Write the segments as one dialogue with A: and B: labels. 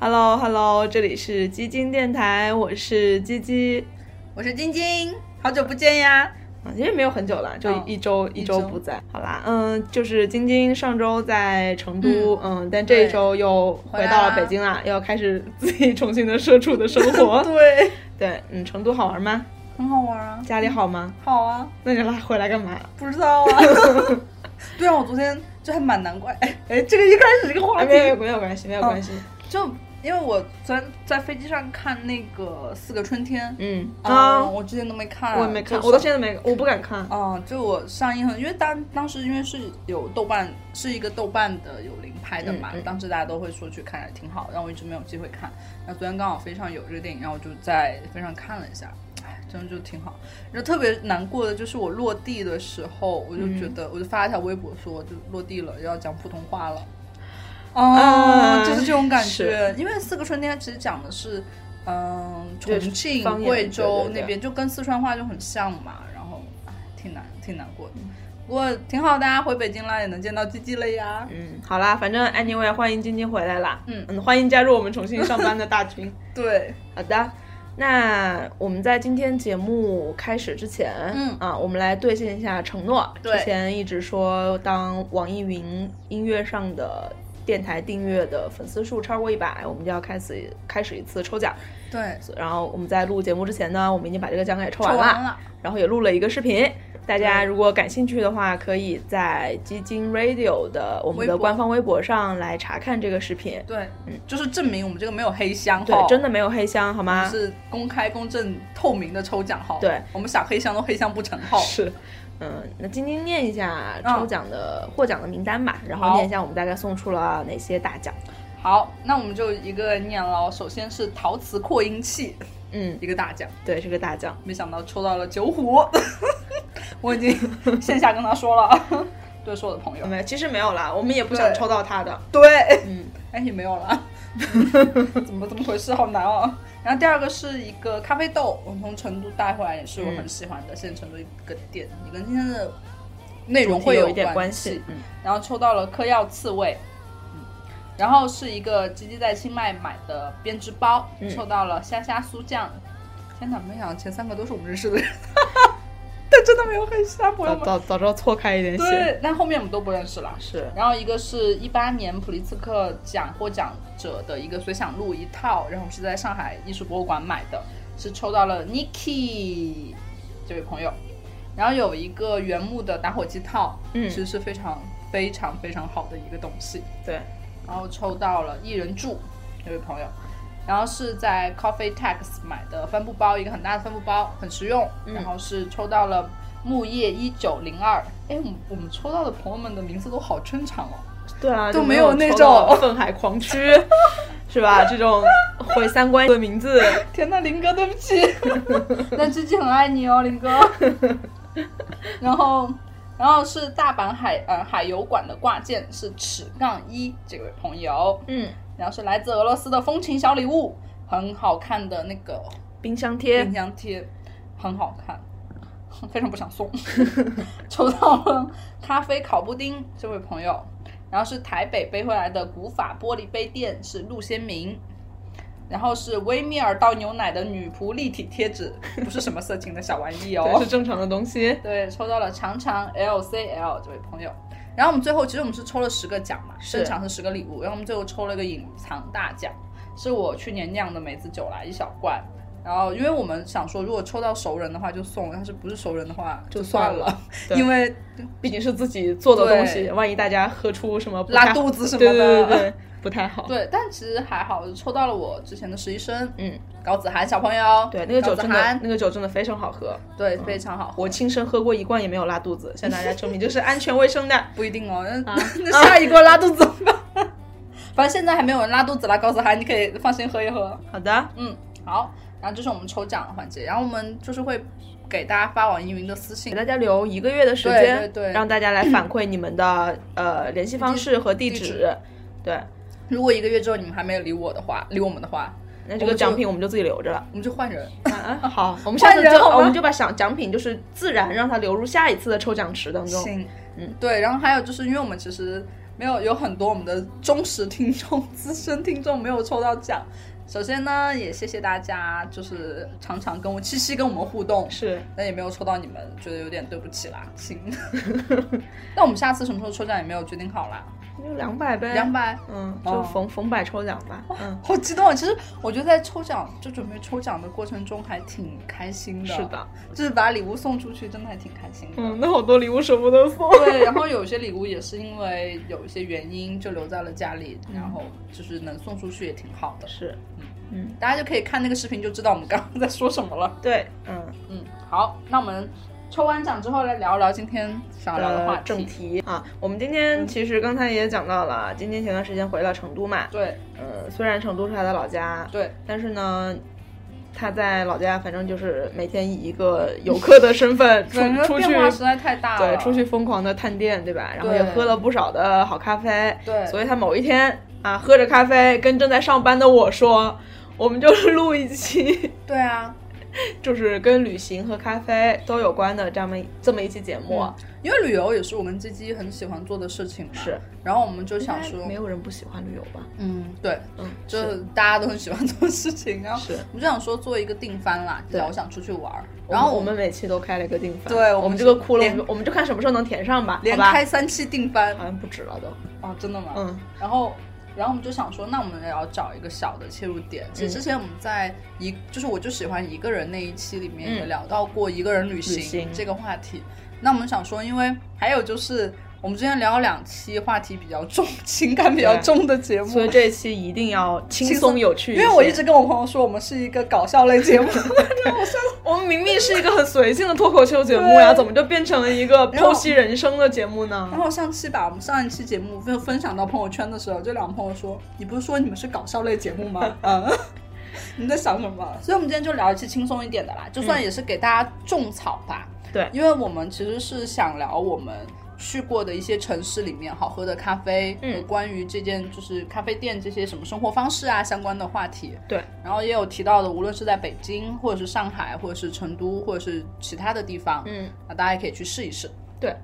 A: Hello Hello，这里是基金电台，我是鸡鸡。
B: 我是晶晶，好久不见呀！
A: 啊，其实没有很久了，就
B: 哦
A: 一周、一
B: 一
A: 周
B: 周
A: 不在。好啦，嗯，就是晶晶上周在成都，嗯，但这
B: 对
A: 一周又回
B: 回
A: 到了
B: 来
A: 北
B: 啦
A: 京啦，要开始自己重新的社畜的生 活。
B: 对，
A: 对，嗯，成都好玩吗？
B: 很好玩啊，
A: 家里好吗？
B: 好啊，
A: 那你来回来干嘛？
B: 不知道啊。 对啊，我昨天就还蛮难怪，哎哎，这个一开始这个话
A: 啊，
B: 题
A: 没有没有没有关
B: 哦
A: 系，没有关系。
B: 就因为我昨天在飞机上看那个《四个春天》
A: 嗯
B: 啊，
A: 啊，
B: 我之前都没看，
A: 我也没看，
B: 就
A: 我到现在没，我不敢看。
B: 哦，就我上映很，因为当当时因为是有豆瓣是一个豆瓣的有零拍的嘛，
A: 嗯嗯
B: 当时大家都会说去看，挺好，然后我一直没有机会看。然后昨天刚好飞上有这个电影，然后我就在飞上看了一下，哎，真的就挺好。然后特别难过的就是我落地的时候，我就
A: 嗯
B: 觉得、我就发了一条微博说，就落地了，要讲普通话了。哦
A: 啊，
B: 就是这种感觉
A: 是，
B: 因为《四个春天》其实讲的是，嗯，
A: 对
B: 重庆、
A: 方言
B: 贵州
A: 对对对
B: 那边就跟四川话就很像嘛，然后唉挺难挺难过的。不过挺好的、啊，回北京啦，也能见到鸡鸡了呀。
A: 嗯，好啦，反正 anyway，欢迎晶晶回来啦。
B: 嗯
A: 嗯，欢迎加入我们重新上班的大 军。
B: 对，
A: 好的，那我们在今天节目开始之前，
B: 嗯
A: 啊，我们来兑现一下承诺。
B: 对
A: 之前一直说，当网易云音乐上的电台订阅的粉丝数超过一百，我们就要开始开始一次抽奖。
B: 对，
A: 然后我们在录节目之前呢，我们已经把这个奖给抽
B: 抽
A: 完了，
B: 完了，
A: 然后也录了一个视频。大家
B: 对
A: 如果感兴趣的话，可以在基金 Radio 的我们的
B: 微博
A: 官方微博上来查看这个视频。
B: 对，就是证明我们这个没有黑箱
A: 嗯对
B: 号，，
A: 真的没有黑箱，好吗？
B: 是公开、公正、透明的抽奖号。
A: 对，
B: 我们想黑箱都黑箱不成号。
A: 是，嗯，那晶晶念一下
B: 哦嗯
A: 抽奖的、获奖的名单吧，然后
B: 好
A: 念一下我们大概送出了哪些大奖。
B: 好，那我们就一个念喽。首先是陶瓷扩音器，
A: 嗯，
B: 一个大奖。
A: 对，是个大奖。
B: 没想到抽到了九虎， 我已经线下跟他说了， 对，是我的朋友。
A: 没，其实没有啦，我们也不
B: 想
A: 想
B: 抽
A: 抽到他的。
B: 对，
A: 嗯，
B: 哎，也没有了， 怎么怎么回事？好难哦。然后第二个是一个咖啡豆，我从成都带回来，也是
A: 嗯
B: 我很喜欢的，现在成都一个店，也跟今天的内容会
A: 有
B: 有
A: 一点关
B: 系
A: 系。。嗯，
B: 然后抽到了嗑药刺猬，嗯，然后是一个吉吉在清迈买的编织包，
A: 嗯
B: 抽到了虾虾酥酱。天哪，没想到前三个都是我们认识的人， 但真的没有很像朋
A: 早
B: 友们。
A: 早早知道错开一点写。
B: 对，但后面我们都不认识了。
A: 是，
B: 然后一个是一八年普利茨克奖获奖者的一个随想录一套，然后是在上海艺术博物馆买的，是抽到了 Niki 这位朋友，然后有一个原木的打火机套，
A: 嗯
B: 其实是非常非常非常好的一个东西，
A: 对，
B: 然后抽到了一人住这位朋友。然后是在 Coffee Tax 买的帆布包，一个很大的帆布包，很实用。
A: 嗯
B: 然后是抽到了木叶一九零二，哎，我们我们抽到的朋友们的名字都好正常哦。
A: 对啊，
B: 都
A: 就
B: 没
A: 有
B: 有那
A: 抽到
B: 种
A: 愤海狂区， 是吧？这种毁三观的名 字，
B: 天呐，林哥，对不起，但知己很爱你哦，林哥。 然后，然后是大阪海呃海游馆的挂件是尺杠一这位朋友，
A: 嗯，
B: 然后是来自俄罗斯的风情小礼物，很好看的那个
A: 冰箱贴
B: 冰，箱贴，很好看， 非常不想送。 抽到了咖啡烤布丁这位朋友，然后是台北背回来的古法玻璃杯垫是陆先明，然后是威米尔倒牛奶的女仆立体贴纸，不是什么色情的小玩意
A: 对，
B: 哦
A: 是。正常的东西。
B: 对，抽到了长长 LCL 这位朋友。然后我们最后其实我们是抽了十个奖嘛，
A: 是
B: 正常是十个礼物，然后我们最后抽了一个隐藏大奖，是我去年酿的梅子酒啦，一小罐。然后因为我们想说，如果抽到熟人的话就送，要是不是熟人的话
A: 就
B: 算
A: 算了
B: 了，
A: 对
B: 因为
A: 毕竟是自己做的东西，
B: 对
A: 万一大家喝出什么不太好
B: 拉肚子什么
A: 对
B: 的。
A: 对对对，不太好。
B: 对但其实还好，抽到了我之前的实习生
A: 嗯，
B: 高子涵小朋友，
A: 对，那个酒
B: 高子
A: 真的
B: 涵，
A: 那个酒真的非常好喝，
B: 对，非常好喝，
A: 我亲身喝过一罐也没有拉肚子，向大家证明这是安全卫生的。
B: 不一定
A: 啊
B: 哦，那、 那下一个拉肚子怎么办？ 反正现在还没有人拉肚子啦，高子涵，你可以放心喝一喝。
A: 好的，
B: 嗯，好，然后这是我们抽奖的环节，然后我们就是会给大家发网易云的私
A: 给
B: 信
A: 大家留一个月的时间，
B: 对对对
A: 让大家来反馈你们的呃联系方式和地
B: 地址
A: 址。对，
B: 如果一个月之后你们还没有理我的话，理我们的话，
A: 那这个奖品我们就自己留着了。
B: 我们就换人。
A: 啊 好，我们下次
B: 换人
A: 就
B: 好吗
A: 我们就把奖奖品就是自然让它流入下一次的抽奖池当中。
B: 行，
A: 嗯
B: 嗯，对，然后还有就是因为我们其实。没有有很多我们的忠实听众、资深听众没有抽到奖。首先呢，也谢谢大家，就是常常跟我七夕跟我们互动，
A: 是
B: 但也没有抽到你们，觉得有点对不起啦，亲。 那我们下次什么时候抽奖也没有决定好啦，
A: 就两百呗，
B: 两，百。
A: 嗯，
B: 哦
A: 就逢逢百抽奖吧，嗯，
B: 好激动啊！其实我觉得在抽奖就准备抽奖的过程中还挺开心的，啊
A: 是，的，
B: 就是把礼物送出去真的还挺开心的。
A: 嗯，那好多礼物舍不得送，
B: 对，然后有些礼物也是因为有一些原因就留在了家里，然后就是能送出去也挺好的。
A: 是，嗯，
B: 大家就可以看那个视频就知道我们刚刚在说什么了。
A: 对，嗯，
B: 嗯，好，那我们抽完奖之后来聊聊今天想要聊的话
A: 呃
B: 题。，
A: 正题啊，我们今天其实刚才也讲到了，今天前段时间回了成都嘛，
B: 对
A: 呃，虽然成都是他的老家，
B: 对，
A: 但是呢，他在老家反正就是每天以一个游客的身 份出
B: 感觉
A: 出去
B: 变化实在太大了。
A: 对，出去疯狂的探店，对吧？然后也
B: 对
A: 喝了不少的好咖啡，
B: 对
A: 所以他某一天啊，喝着咖啡跟正在上班的我说，我们就 录一期，
B: 对啊，
A: 就是跟旅行和咖啡都有关的这么这么一期节目。啊
B: 我嗯因为旅游也是我跟鸡鸡很喜欢做的事情嘛。
A: 是。
B: 然后我们就想说
A: 应该，没有人不喜欢旅游吧？
B: 嗯，对，
A: 嗯，
B: 就是
A: 是
B: 大家都很喜欢做事情，然后
A: 是
B: 我们就想说做一个定番啦，就
A: 对
B: 叫我想出去玩儿，然
A: 然
B: 后
A: 后
B: 我
A: 我
B: 们
A: 们每期都开了一个定番，
B: 对
A: 我
B: 我们
A: 们这个窟窿，我
B: 连
A: 们我们就看什么时候能填上吧，
B: 连
A: 好吧？
B: 开三期定番
A: 好像不止了都，
B: 啊，真的吗？
A: 嗯，
B: 然后。然后我们就想说，那我们也要找一个小的切入点。
A: 嗯
B: 其实之前我们在一，就是我就喜欢一个人那一期里面
A: 嗯
B: 也聊到过一个人旅
A: 旅
B: 行
A: 行
B: 这个话题。那我们想说，因为还有就是我们之前聊了两期话题比较重、情感比较
A: 对
B: 重的节目，
A: 所以这一期一定要轻
B: 嗯松
A: 松有趣些，
B: 因为我一直跟我朋友说，我们是一个搞笑类节目，
A: 我们明明是一个很随性的脱口秀节目呀，怎么就变成了一个剖析人生的节目
B: 然
A: 呢？
B: 后上期吧，我们上一期节目分分享到朋友圈的时候，就两个朋友说：“你不是说你们是搞笑类节目吗？”嗯， 你在想什么？嗯所以我们今天就聊一期轻松一点的啦，就算也是给大家种草吧。
A: 对
B: 因为我们其实是想聊我们去过的一些城市里面好喝的咖啡，
A: 嗯
B: 和关于这件就是咖啡店这些什么生活方式啊相关的话题。
A: 对，
B: 然后也有提到的，无论是在北京，或者是上海，或者是成都，或者是其他的地方，
A: 嗯，
B: 啊，大家也可以去试一试。
A: 对，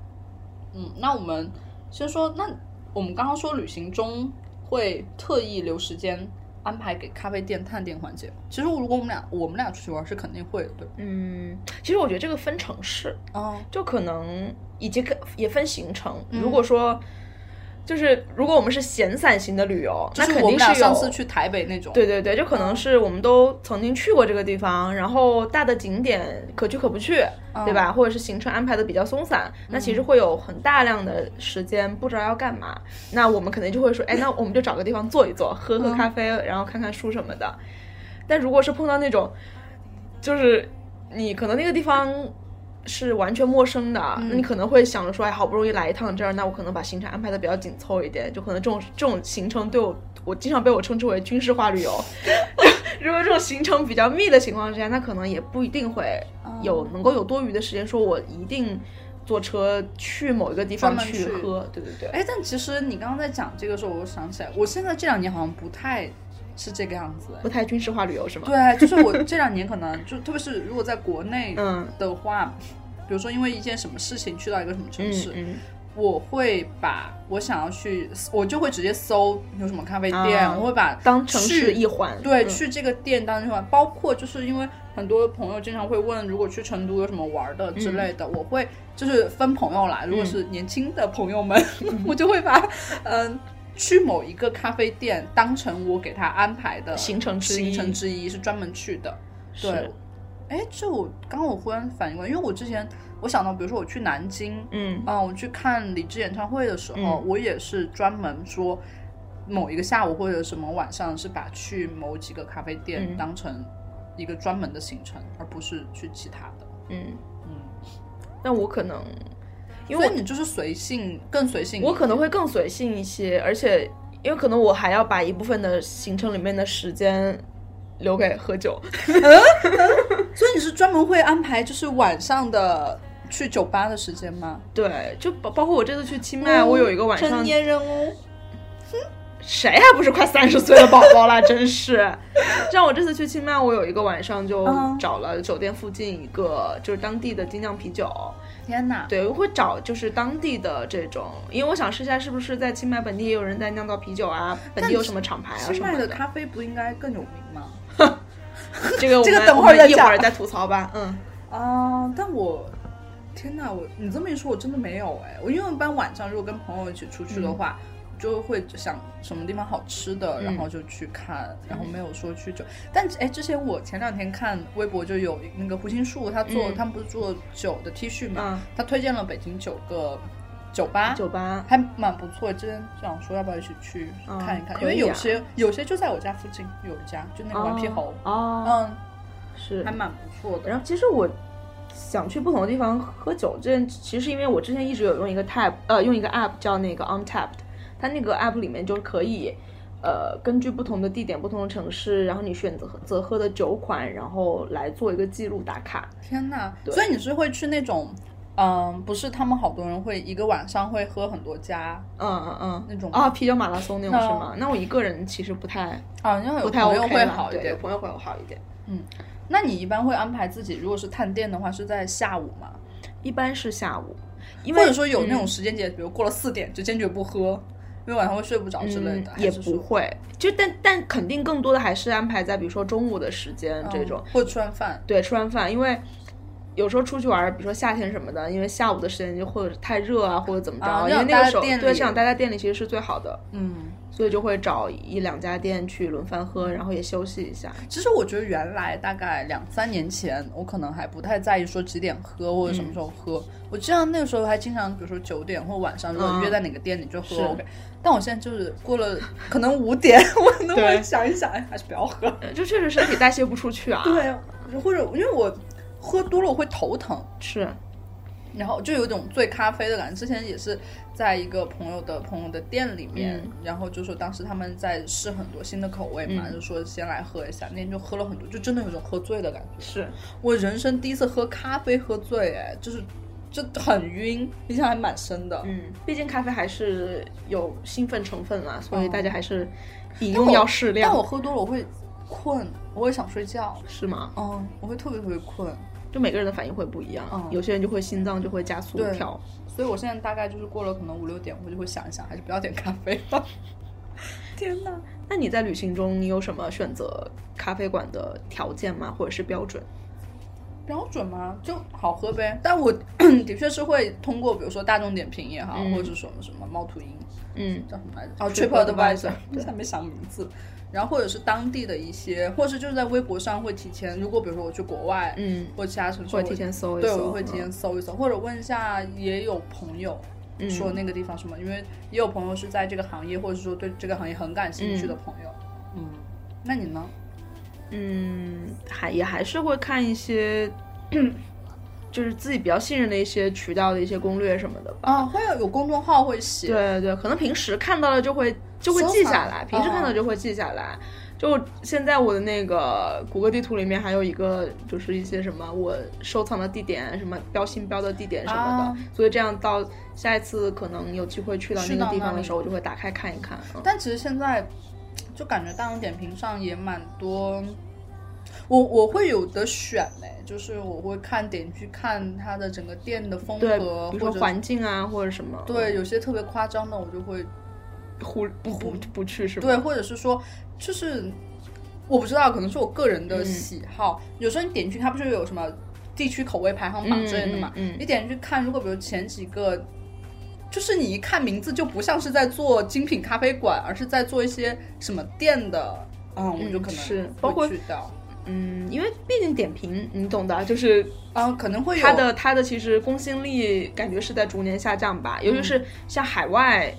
B: 嗯，那我们先说，那我们刚刚说旅行中会特意留时间安排给咖啡店探店环节。其实如果我们俩我们俩出去玩是肯定会的，对吧。
A: 嗯，其实我觉得这个分城市，
B: 哦，
A: 就可能以及可也分行程。
B: 嗯
A: 如果说就是如果我们是闲散型的旅游，
B: 就
A: 那
B: 是
A: 肯
B: 我
A: 定
B: 们俩
A: 是
B: 上
A: 有。
B: 次去台北那种，
A: 对对对，就可能是我们都曾经去过这个地方，然后大的景点可去可不去，
B: 嗯
A: 对吧？或者是行程安排的比较松散，那其实会有很大量的时间不知道要干嘛。那我们可能就会说，哎，那我们就找个地方坐一坐，喝喝咖啡，然后看看书什么的。但如果是碰到那种，就是你可能那个地方。是完全陌生的，啊
B: 嗯
A: 那你可能会想着说，哎，好不容易来一趟这儿，那我可能把行程安排的比较紧凑一点，就可能这种这种行程对我，我经常被我称之为军事化 旅游， 如果这种行程比较密的情况之下，那可能也不一定会
B: 嗯
A: 有、能够有多余的时间，说我一定坐车去某一个地方
B: 专门去
A: 去喝。对对对，
B: 哎，但其实你刚刚在讲这个时候，我就想起来，我现在这两年好像不太是这个样子。哎
A: 不太军事化旅游是吗？
B: 对，就是 我这两年可能就特别是如果在国内
A: 嗯
B: 的话，比如说因为一件什么事情去到一个什么城
A: 嗯
B: 市，
A: 嗯，
B: 我会把我想要去，我就会直接搜有什么咖啡店，
A: 啊
B: 我会把
A: 当城市
B: 去
A: 一环。
B: 对、
A: 嗯
B: 去这个店当去玩，包括就是因为很多朋友经常会问，如果去成都有什么玩的
A: 嗯
B: 之类的，我会就是分朋友来，如果是年轻的朋友们， 我就会把嗯。去某一个咖啡店当成我给他安排的
A: 行程之一
B: 行程之一是专门去的，
A: 是
B: 对，哎，这我刚刚我忽然反应过来，因为我之前我想到，比如说我去南京，
A: 嗯
B: 嗯，我去看李志演唱会的时候，
A: 嗯
B: 我也是专门说某一个下午或者什么晚上，是把去某几个咖啡店
A: 嗯
B: 当成一个专门的行程，而不是去其他的。
A: 嗯，
B: 嗯，
A: 但我可能因
B: 所
A: 为
B: 以你就是随性，更随性一点。
A: 我可能会更随性一些，而且因为可能我还要把一部分的行程里面的时间留给喝酒。
B: 所以你是专门会安排就是晚上的去酒吧的时间吗？
A: 对，就包包括我这次去清迈，我有一个晚上
B: 人哦，
A: 谁还不是快三十岁的宝宝啦？真是， 像我这次去清迈，我有一个晚上就
B: 嗯
A: 找了酒店附近一个就是当地的精酿啤酒，
B: 天哪！
A: 对，我会找就是当地的这种，因为我想试一下是不是在清迈本地也有人在酿造啤酒啊，本地有什么厂牌啊什
B: 清迈
A: 么
B: 的咖啡不应该更有名吗？
A: 这个我
B: 这
A: 们
B: 个等
A: 我
B: 会儿
A: 们
B: 再
A: 一会
B: 讲
A: 儿再吐槽吧。嗯，
B: 啊、但我天哪，我你这么一说，我真的没有哎。我因为一般晚上如果跟朋友一起出去
A: 嗯
B: 的话，就会想什么地方好吃的，然
A: 嗯
B: 后就去看，然后没有说去酒。但哎，之前我前两天看微博就有那个胡心树，他做、
A: 嗯
B: 他们不是做酒的 T 恤嘛，
A: 嗯
B: 他推荐了北京九个酒吧。
A: 酒吧，
B: 还蛮不错，之前想说要不要一起去
A: 嗯
B: 看一看，
A: 可
B: 因为
A: 以
B: 有
A: 啊
B: 些有些就在我家附近有一家，就那个顽皮猴，
A: 哦，
B: 嗯，
A: 是
B: 还。蛮不错的。
A: 然后其实我想去不同的地方喝酒，这件其实因为我之前一直有用一个 tab，呃，用一个 app 叫那个 Untapped，它那个 app 里面就是可以，呃，根据不同的地点、不同的城市，然后你选择择喝的酒款，然后来做一个记录打卡。
B: 天呐，
A: 对
B: 所以你是会去那种，嗯，不是他们好多人会一个晚上会喝很多家
A: 嗯嗯嗯，
B: 那种
A: 啊，啤酒马拉松那种是
B: 那
A: 吗？那我一个人其实不太
B: 啊，因为有
A: 不太
B: 朋
A: OK
B: 友会
A: 吧
B: 好一
A: 对
B: 点
A: 有。朋友会好一点。
B: 那你一般会安排自己，如果是探店的话，是在下午吗？
A: 一般是下午，因为
B: 或者说有那种
A: 嗯
B: 时间节，比如过了四点就坚决不喝，因为晚上会睡不着之类的，
A: 嗯也
B: 还是
A: 不
B: 说
A: 会，就但但肯定更多的还是安排在比如说中午的时间这种，
B: 嗯或者吃完饭，
A: 对，吃完饭，因为有时候出去玩儿，比如说夏天什么的，因为下午的时间就或者是太热啊，或者怎么着，
B: 啊
A: 因为
B: 让
A: 那
B: 大
A: 个
B: 家
A: 时候
B: 店
A: 对
B: 里
A: 想待在店里其实是最好的，
B: 嗯。
A: 所以就会找一两家店去轮番喝，然后也休息一下。
B: 其实我觉得原来大概两三年前，我可能还不太在意说几点喝或者
A: 嗯
B: 什么时候喝。我记得那个时候还经常，比如说九点或晚上，如果
A: 嗯
B: 约在哪个店里就喝
A: 是
B: OK。但我现在就是过了可能五点， 我都会
A: 对
B: 想一想，哎还是不要喝。
A: 呃就确实身体代谢不出去啊，，
B: 对，或者因为我喝多了我会头疼，
A: 是，
B: 然后就有一种醉咖啡的感觉。之前也是在一个朋友的朋友的店里面，
A: 嗯
B: 然后就说当时他们在试很多新的口味嘛，
A: 嗯
B: 就说先来喝一下，那天就喝了很多，就真的有种喝醉的感觉。
A: 是，
B: 我人生第一次喝咖啡喝醉，哎，就是就很晕，印象还蛮深的。
A: 嗯，毕竟咖啡还是有兴奋成分啦，所以大
B: 哦
A: 家还是饮
B: 但
A: 用
B: 我
A: 要适量
B: 但，我喝多了我会困，我会想睡觉，
A: 是吗？
B: 嗯，我会特别特别困，
A: 就每个人的反应会不一样，
B: 嗯
A: 有些人就会心脏就会加速
B: 对
A: 跳，
B: 所以我现在大概就是过了可能五六点，我就会想一想，还是不要点咖啡了。天哪！
A: 那你在旅行中，你有什么选择咖啡馆的条件吗？或者是标准？
B: 标准吗？就好喝呗。但我 的确是会通过，比如说大众点评也好，
A: 嗯
B: 或者是什么什么猫头鹰
A: 嗯
B: 叫什么来着？哦
A: TripAdvisor，
B: ，TripAdvisor，
A: 对
B: 现在没想名字。然后或者是当地的一些，或是就是在微博上会提前，如果比如说我去国外，
A: 嗯，
B: 或者其他城市，
A: 会提前搜一嗯
B: 对，
A: 搜，
B: 我会提前搜一搜，或者问一下也有朋友
A: 嗯
B: 说那个地方什么，因为也有朋友是在这个行业，或者是说对这个行业很感兴趣的朋友。嗯，那你呢？
A: 嗯，还也还是会看一些， 就是自己比较信任的一些渠道的一些攻略什么的吧。
B: 啊，会有有公众号会写，
A: 对对，可能平时看到了就会就会
B: 收
A: 记
B: 藏
A: 下来，平时
B: 嗯
A: 看到就会记下来。就现在我的那个谷歌地图里面还有一个，就是一些什么我收藏的地点，什么标星标的地点什么的，
B: 啊
A: 所以这样到下一次可能有机会去到那
B: 去
A: 个
B: 到
A: 地方
B: 那
A: 的
B: 里
A: 时候，我就会打开看一看。嗯
B: 但其实现在就感觉大众点评上也蛮多，我我会有的选嘞、就是我会看点去看它的整个店的风
A: 对，
B: 格，
A: 比
B: 或
A: 如说
B: 者
A: 环境啊，或者什么，
B: 对，有些特别夸张的我就会
A: 忽不不不去是吧？
B: 对，或者是说就是我不知道，可能是我个人的
A: 嗯
B: 喜好。有时候你点进去，它不是有什么地区口味排行
A: 嗯
B: 榜啊之类的嘛？
A: 嗯嗯
B: 你点进去看，如果比如前几个。就是你一看名字就不像是在做精品咖啡馆，而是在做一些什么店的，嗯，我就可能
A: 是
B: 会
A: 包括
B: 去掉，
A: 嗯，因为毕竟点评你懂的，就是
B: 嗯，可能会有
A: 它的它的其实公信力感觉是在逐年下降吧，尤
B: 嗯
A: 其是像海外，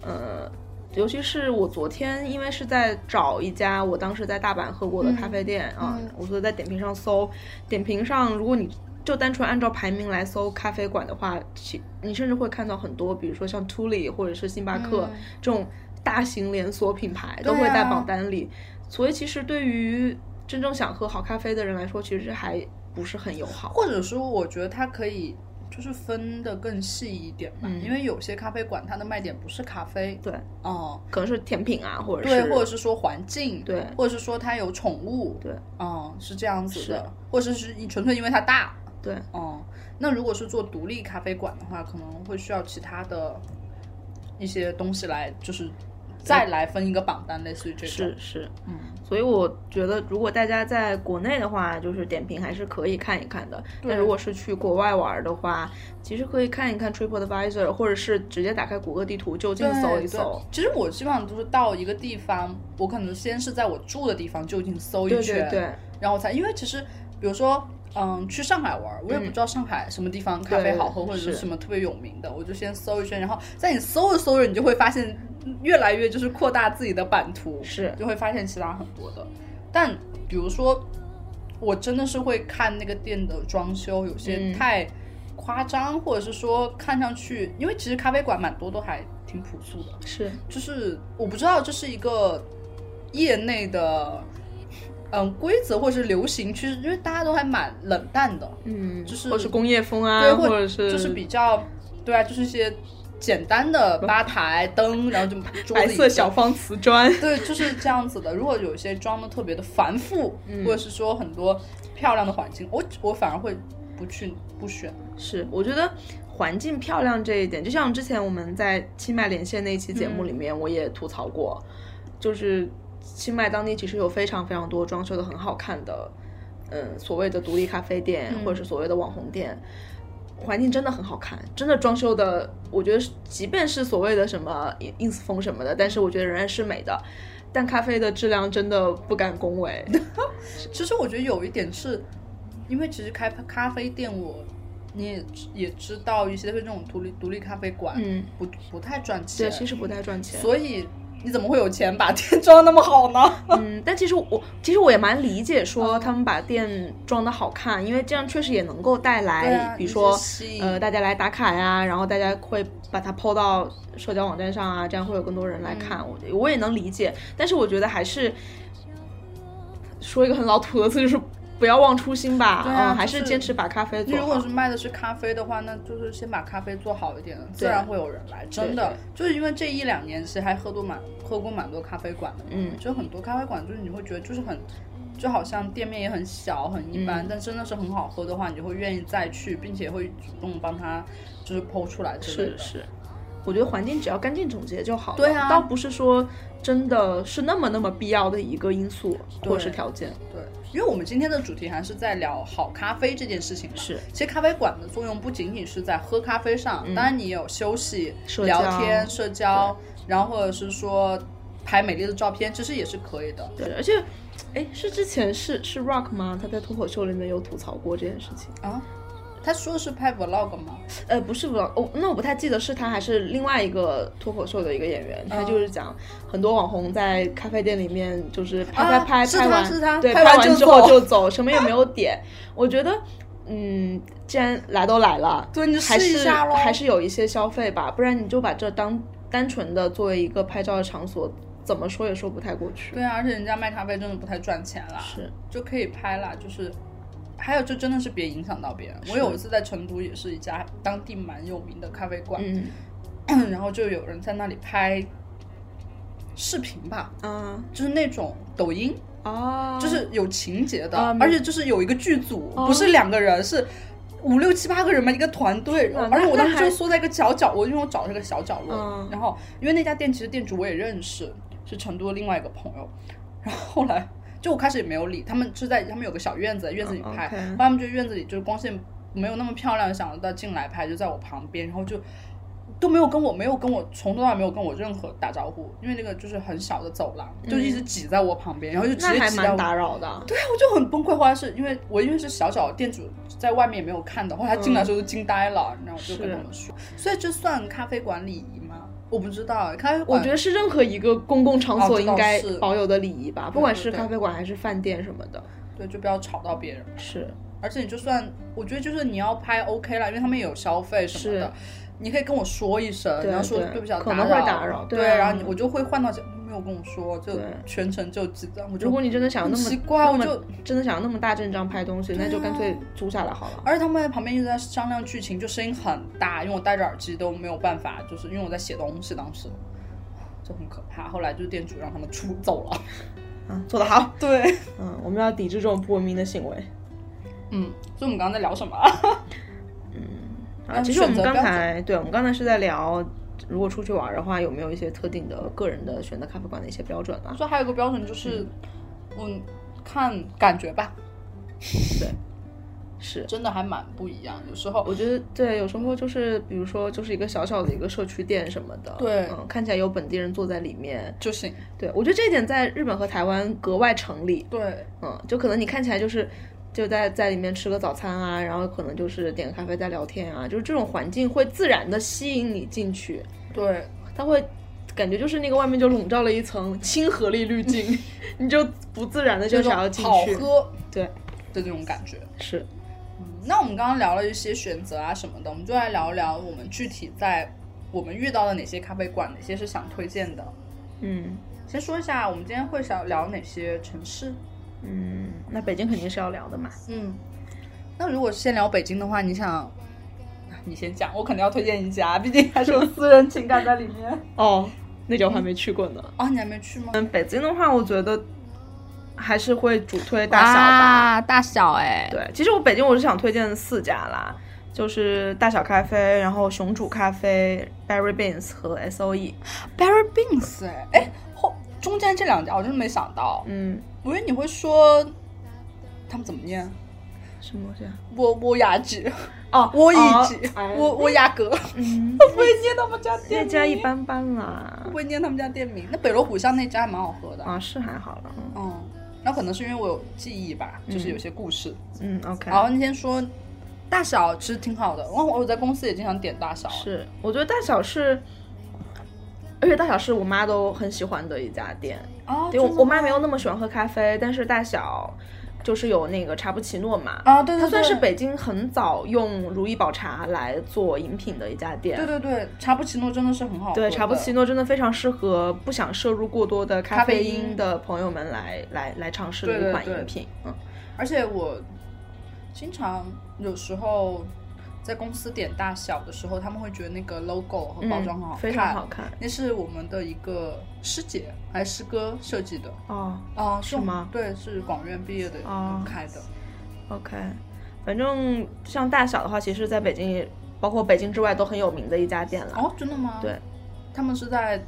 A: 呃，尤其是我昨天因为是在找一家我当时在大阪喝过的咖
B: 嗯
A: 啡店、啊，我说在点评上搜，点评上如果你就单纯按照排名来搜咖啡馆的话，其你甚至会看到很多，比如说像 Tuli 或者是星巴克、
B: 嗯
A: 这种大型连锁品牌都
B: 对
A: 会在
B: 啊
A: 榜单里，所以其实对于真正想喝好咖啡的人来说，其实还不是很友好。
B: 或者说，我觉得它可以就是分的更细一点吧，
A: 嗯
B: 因为有些咖啡馆它的卖点不是咖啡，
A: 对，
B: 哦、
A: 可能是甜品啊，或者
B: 对，
A: 是
B: 或者是说环境，
A: 对
B: 或者是说它有宠物，
A: 对，
B: 嗯，是这样子
A: 是
B: 的，或者是你纯粹因为它大，
A: 对，
B: 嗯，那如果是做独立咖啡馆的话，可能会需要其他的一些东西来，就是再来分一个榜单，类似于这种。
A: 哎是是，
B: 嗯，
A: 所以我觉得如果大家在国内的话，就是点评还是可以看一看的。
B: 对
A: 但如果是去国外玩的话，其实可以看一看 TripAdvisor，或者是直接打开谷歌地图就近
B: 对
A: 搜一
B: 对
A: 搜。
B: 其实我希望就是到一个地方，我可能先是在我住的地方就近搜一
A: 对
B: 圈，
A: 对对，
B: 然后才因为其实比如说。嗯，去上海玩，我也不
A: 嗯
B: 知道上海什么地方咖啡好喝，
A: 对
B: 或者是
A: 是
B: 什么特别有名的，我就先搜一圈。然后在你搜着搜着，你就会发现越来越就是扩大自己的版图，
A: 是
B: 就会发现其他很多的。但比如说，我真的是会看那个店的装修，有些
A: 嗯
B: 太夸张，或者是说看上去，因为其实咖啡馆蛮多都还挺朴素的，
A: 是
B: 就是我不知道这是一个业内的嗯规则或者是流行趋势，因为大家都还蛮冷淡的，
A: 嗯，
B: 就是
A: 或是工业风
B: 对
A: 啊，
B: 或
A: 者是
B: 就是比较对啊，就是一些简单的吧台灯，然后就
A: 哦
B: 桌子
A: 白色
B: 椅子
A: 小方瓷砖。
B: 对，就是这样子的。如果有一些装的特别的繁复，
A: 嗯
B: 或者是说很多漂亮的环境，我我反而会不去不选。
A: 是，我觉得环境漂亮这一点，就像之前我们在清迈连线那一期节目里面，我也吐槽过，就是清迈当地其实有非常非常多装修的很好看的，嗯，所谓的独立咖啡店、
B: 嗯
A: 或者是所谓的网红店。环境真的很好看，真的装修的，我觉得是即便是所谓的什么 ins 风什么的，但是我觉得仍然是美的。但咖啡的质量真的不敢恭维，
B: 其实我觉得有一点是，因为其实开咖啡店我。你也知也知道一些就是这种独立独立咖啡馆，
A: 嗯，
B: 不不太赚
A: 对，
B: 钱，
A: 其实不太赚钱。
B: 所以你怎么会有钱把店装得那么好呢？
A: 嗯，但其实我其实我也蛮理解，说
B: 嗯
A: 他们把店装的好看，因为这样确实也能够带
B: 对
A: 来，
B: 啊
A: 比
B: 一
A: 如
B: 些
A: 说
B: 吸引
A: 呃大家来打卡呀，然后大家会把它 PO 到社交网站上啊，这样会有更多
B: 嗯
A: 人来看。我我也能理解，但是我觉得还是说一个很老土的词，就是不要忘初心吧，
B: 对啊
A: 嗯，还
B: 就是是
A: 坚持把咖啡做
B: 如果
A: 好
B: 是。卖的是咖啡的话，那就是先把咖啡做好一点，自
A: 对
B: 然会有人来。真的
A: 对，
B: 就是因为这一两年，其实还喝多蛮喝过蛮多咖啡馆的嘛。
A: 嗯
B: 就很多咖啡馆，就是你会觉得就是很，就好像店面也很小很一般，
A: 嗯
B: 但真的是很好喝的话，你就会愿意再去，并且会主动帮他就是剖出来之类
A: 是
B: 的。
A: 是，我觉得环境只要干净整洁就好了，
B: 对啊
A: 倒不是说真的是那么那么必要的一个因素或者是
B: 对
A: 条件，
B: 对，因为我们今天的主题还是在聊好咖啡这件事情嘛。
A: 是。嗯
B: 其实咖啡馆的作用不仅仅是在喝咖啡上，当然你也有休息、
A: 社交
B: 聊天、社交，然后或者是说拍美丽的照片，其实也是可以的。
A: 对，而且，哎，是之前是是 Rock 吗？他在脱口秀里面有吐槽过这件事情。
B: 啊，他说是拍 vlog 吗？
A: 呃，不是 Rock，哦，那我不太记得是他还是另外一个脱口秀的一个演员，他就是讲很多网红在咖啡店里面就是拍
B: 嗯啊
A: 拍拍、
B: 是
A: 拍
B: 他
A: 完，
B: 是他
A: 对，
B: 拍
A: 拍
B: 完就
A: 之后
B: 走
A: 就走，什么也没有点。我觉得，嗯，既然来都来了，
B: 对，你就
A: 还
B: 试一
A: 是
B: 下喽。
A: 还是有一些消费吧，不然你就把这当单纯的作为一个拍照的场所，怎么说也说不太过去。
B: 对啊，而且人家卖咖啡真的不太赚钱啦，
A: 是，
B: 就可以拍啦，就是。还有，就真的是别影响到别人。我
A: 是
B: 有一次在成都，也是一家当地蛮有名的咖啡馆，
A: 嗯
B: 然后就有人在那里拍视频吧，
A: 啊
B: 就是那种抖音，
A: 哦，
B: 就是有情节的，
A: 啊明
B: 而且就是有一个剧组，
A: 哦
B: 不是两个人，是五六七八个人嘛，一个团队。
A: 天哪
B: 而且我
A: 啊那
B: 当时
A: 那
B: 就
A: 还
B: 缩在一个小角，我因为我找了一个小角落，
A: 嗯
B: 然后因为那家店其实店主我也认识，是成都的另外一个朋友，然后后来就我开始也没有理他们，是在他们有个小院子，院子里
A: 嗯
B: 拍，
A: OK
B: 然后他们就院子里就是光线没有那么漂亮，想到进来拍就在我旁边，然后就。都没有跟我，没有跟我，从头到尾没有跟我任何打招呼，因为那个就是很小的走廊，就
A: 嗯
B: 一直挤在我旁边，然后就直
A: 那
B: 接
A: 还
B: 挤到
A: 蛮
B: 我
A: 打扰的。
B: 对啊，我就很崩溃。后来是因为我因为是小小的店主，在外面也没有看到，后来他进来的时候
A: 嗯
B: 就惊呆了，然后我就是跟他们说，所以这算咖啡馆礼仪吗？我不知道，欸咖啡
A: 我
B: 馆
A: 觉得是任何一个公共场
B: 哦
A: 所
B: 这倒
A: 应该
B: 是
A: 保有的礼仪吧，不管是
B: 对
A: 咖啡馆还是饭店什么的。
B: 对就不要吵到别人，
A: 是
B: 而且你就算我觉得就是你要拍 OK 啦，因为他们也有消费什么的
A: 是，
B: 你可以跟我说一声，
A: 对
B: 然后说
A: 对
B: 不起啊，
A: 可能会打扰
B: 对，
A: 对啊
B: 然后你我就会换到这没有跟我说，就
A: 对
B: 全程就记得，我就
A: 如果你真的想要那么
B: 很奇怪
A: 那
B: 我
A: 么
B: 就
A: 真的想要那么大阵仗拍东西，
B: 啊
A: 那就干脆租下来好了。
B: 而且他们在旁边一直在商量剧情，就声音很大，因为我戴着耳机都没有办法，就是因为我在写东西，当时就很可怕。后来就是店主让他们出走了。
A: 嗯，做得好。
B: 对，
A: 嗯，我们要抵制这种不文明的行为。
B: 嗯，所以我们刚刚在聊什么？
A: 啊，
B: 要
A: 其实我
B: 选
A: 们
B: 择
A: 刚
B: 标准
A: 才对，我们刚才是在聊，如果出去玩的话，有没有一些特定的个人的选择咖啡馆的一些标准啊？
B: 说还有一个标准就是，嗯，看感觉吧，
A: 是，
B: 真的还蛮不一样。有时候
A: 我觉得对，有时候就是比如说就是一个小小的一个社区店什么的，
B: 对
A: 嗯，看起来有本地人坐在里面，
B: 就行，
A: 对我觉得这一点在日本和台湾格外成立，
B: 对
A: 嗯，就可能你看起来就是就在在里面吃个早餐啊，然后可能就是点个咖啡在聊天啊，就是这种环境会自然的吸引你进去，
B: 对，
A: 它会感觉就是那个外面就笼罩了一层亲和力滤 镜，你就不自然的就想要进
B: 好
A: 去，
B: 喝
A: 对，
B: 的这种感觉。
A: 是
B: 那我们刚刚聊了一些选择啊什么的，我们就来聊聊我们具体在我们遇到的哪些咖啡馆，哪些是想推荐的。
A: 嗯
B: 先说一下，我们今天会想聊哪些城市？
A: 嗯，那北京肯定是要聊的嘛，
B: 嗯，那如果先聊北京的话，你想， 你先讲，我肯定要推荐一家， 毕竟还是有私人情感在里面。
A: 哦，那家我还没去过呢。
B: 哦，你还没去吗？
A: 嗯，北京的话，我觉得还是会主推大小吧。，
B: 大小哎、
A: 对，其实我北京我是想推荐四家啦，就是大小咖啡，然后熊煮咖啡、Berry Beans 和 S O E。
B: Barry Beans 哎、哎后中间这两家我真的没想到，
A: 嗯，
B: 我以为你会说他们怎么念，
A: 什么东西啊？
B: 窝窝雅 吉，
A: 哦
B: 窝一
A: 哦
B: 吉，
A: 哎
B: 窝窝雅 格，
A: 嗯，
B: 不会念他们家
A: 那
B: 店
A: 家一
B: 名，
A: 般般啦
B: 不。会念他们家店名。那北锣鼓巷那家还蛮好喝的，
A: 啊，是还好了。嗯
B: 嗯，那可能是因为我有记忆吧，就是
A: 嗯
B: 有些故事。
A: 嗯，OK。
B: 然后那天说大小其实挺好的，然后我在公司也经常点大小，
A: 是，我觉得大小是，而且大小是我妈都很喜欢的一家店。
B: 啊，
A: 因为
B: 真
A: 我
B: 的
A: 妈没有那么喜欢喝咖啡，但是大小就是有那个茶布奇诺嘛。
B: 啊，对对
A: 它
B: 对，
A: 算是北京很早用如意宝茶来做饮品的一家店。
B: 对对对，茶布奇诺真的是很好喝的，
A: 对茶布奇诺真的非常适合不想摄入过多的咖
B: 咖啡
A: 啡
B: 因
A: 因的朋友们来来来尝试
B: 对
A: 的
B: 对
A: 一款
B: 对
A: 饮品。嗯，
B: 而且我经常有时候在公司点大小的时候，他们会觉得那个 logo 和包装很好看，
A: 嗯非常好看
B: 那是我们的一个师姐还是师哥设计的
A: 哦。
B: 啊，是
A: 是吗
B: 我们对，是广院毕业的、
A: 哦
B: 开的，
A: OK，反正像大小的话，其实在北京也，包括北京之外都很有名的一家店了。
B: 哦，真的吗？
A: 对，
B: 他们是在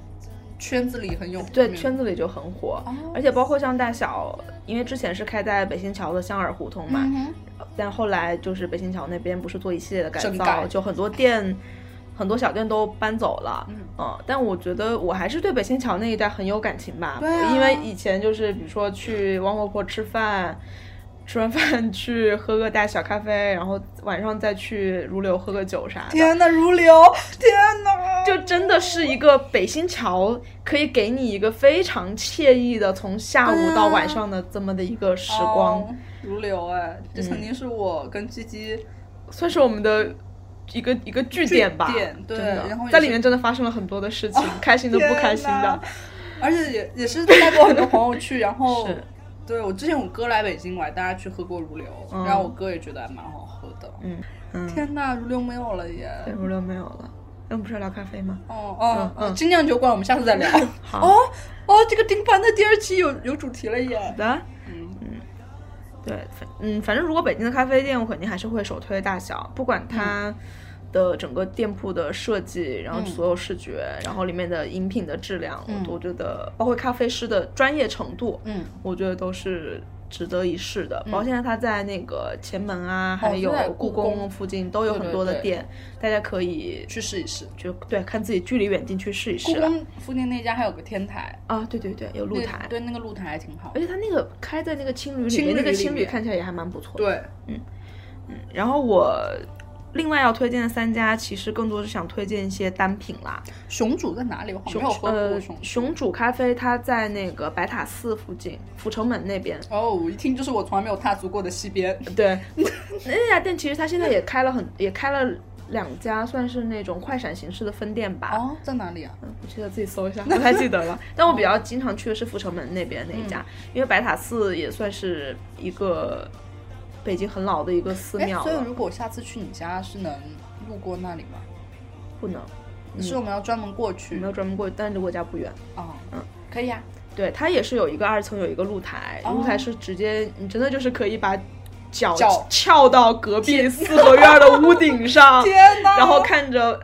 B: 圈子里很有
A: 对，
B: 名
A: 圈子里就很火。
B: 哦，
A: 而且包括像大小，因为之前是开在北新桥的香儿胡同嘛，
B: 嗯哼
A: 但后来就是北新桥那边不是做一系列的改
B: 整
A: 造，
B: 改
A: 就很多店，很多小店都搬走了。
B: 嗯
A: 但我觉得我还是对北新桥那一带很有感情吧，
B: 对啊
A: 因为以前就是比如说去王婆婆吃饭。吃完饭 去喝个大小咖啡，然后晚上再去如流喝个酒啥的，
B: 天呐，如流，天呐，
A: 就真的是一个北新桥可以给你一个非常惬意的从下午到晚上的这么的一个时光。
B: 嗯哦如流哎，
A: 嗯
B: 这曾经是我跟鸡鸡
A: 算是我们的一个一个据点吧，
B: 据点对
A: 真的
B: 然后也是哦
A: 在里面真的发生了很多的事情，开心的不开心
B: 天哪
A: 的，
B: 而且也也是带过很多朋友去，然 后
A: 是
B: 对我之前我哥来北京玩，大家去喝过如流，
A: 嗯
B: 然后我哥也觉得还蛮好喝的。
A: 嗯嗯，
B: 天呐，如流没有了耶！
A: 对，五六没有了，那我们不是要聊咖啡吗？
B: 哦哦
A: 嗯，
B: 呃
A: 嗯
B: 精酿酒馆我们下次再聊。
A: 好
B: 哦哦，这个丁凡的第二期有有主题了耶
A: 好！的，
B: 嗯
A: 对，反嗯，反正如果北京的咖啡店，我肯定还是会首推大小，不
B: 嗯
A: 管它的整个店铺的设计，然后
B: 嗯
A: 所有视觉，然后里面的饮品的质量，
B: 嗯
A: 我都觉得，包括咖啡师的专业程度，
B: 嗯，
A: 我觉得都是值得一试的。包括现在它在那个前门啊，还有
B: 哦在故
A: 故
B: 宫
A: 宫附近都有很多的
B: 对对对
A: 店，大家可以
B: 去试一试。
A: 就对看自己距离远近去试一
B: 故
A: 试啦。
B: 宫附近那家还有个天台，
A: 啊，对对对，有露
B: 那
A: 台，
B: 对，那个露台哎还挺好
A: 而。且它那个开在那个青旅里
B: 青旅
A: 面，那个
B: 里
A: 青旅
B: 面
A: 看起来也还蛮不错的。
B: 对，
A: 然后我另外要推荐的三家，其实更多是想推荐一些单品啦。
B: 熊主在哪里？我好像没有喝过
A: 呃
B: 熊，主。
A: 熊煮咖啡它在那个白塔寺附近，阜成门那边。
B: 哦，一听就是我从来没有踏足过的西边。
A: 对，那家店其实它现在也开了很，也开了两家，算是那种快闪形式的分店吧。
B: 哦，在哪里啊？
A: 我记得自己搜一下，不太记得 了。但我比较经常去的是阜成门那边那一家，
B: 嗯
A: 因为白塔寺也算是一个北京很老的一个寺
B: 哎，
A: 庙
B: 所以
A: 了。
B: 如果我下次去你家是能路过那里吗？
A: 不能，
B: 是我们要专门过
A: 我
B: 去
A: 没有专门过去，但离我家不远。
B: 哦，
A: 嗯，
B: 可以啊。
A: 对，它也是有一个二层有一个露台，
B: 哦
A: 露台是直接你真的就是可以把脚
B: 脚
A: 翘到隔壁四合院的屋顶上，
B: 天哪！
A: 然后看着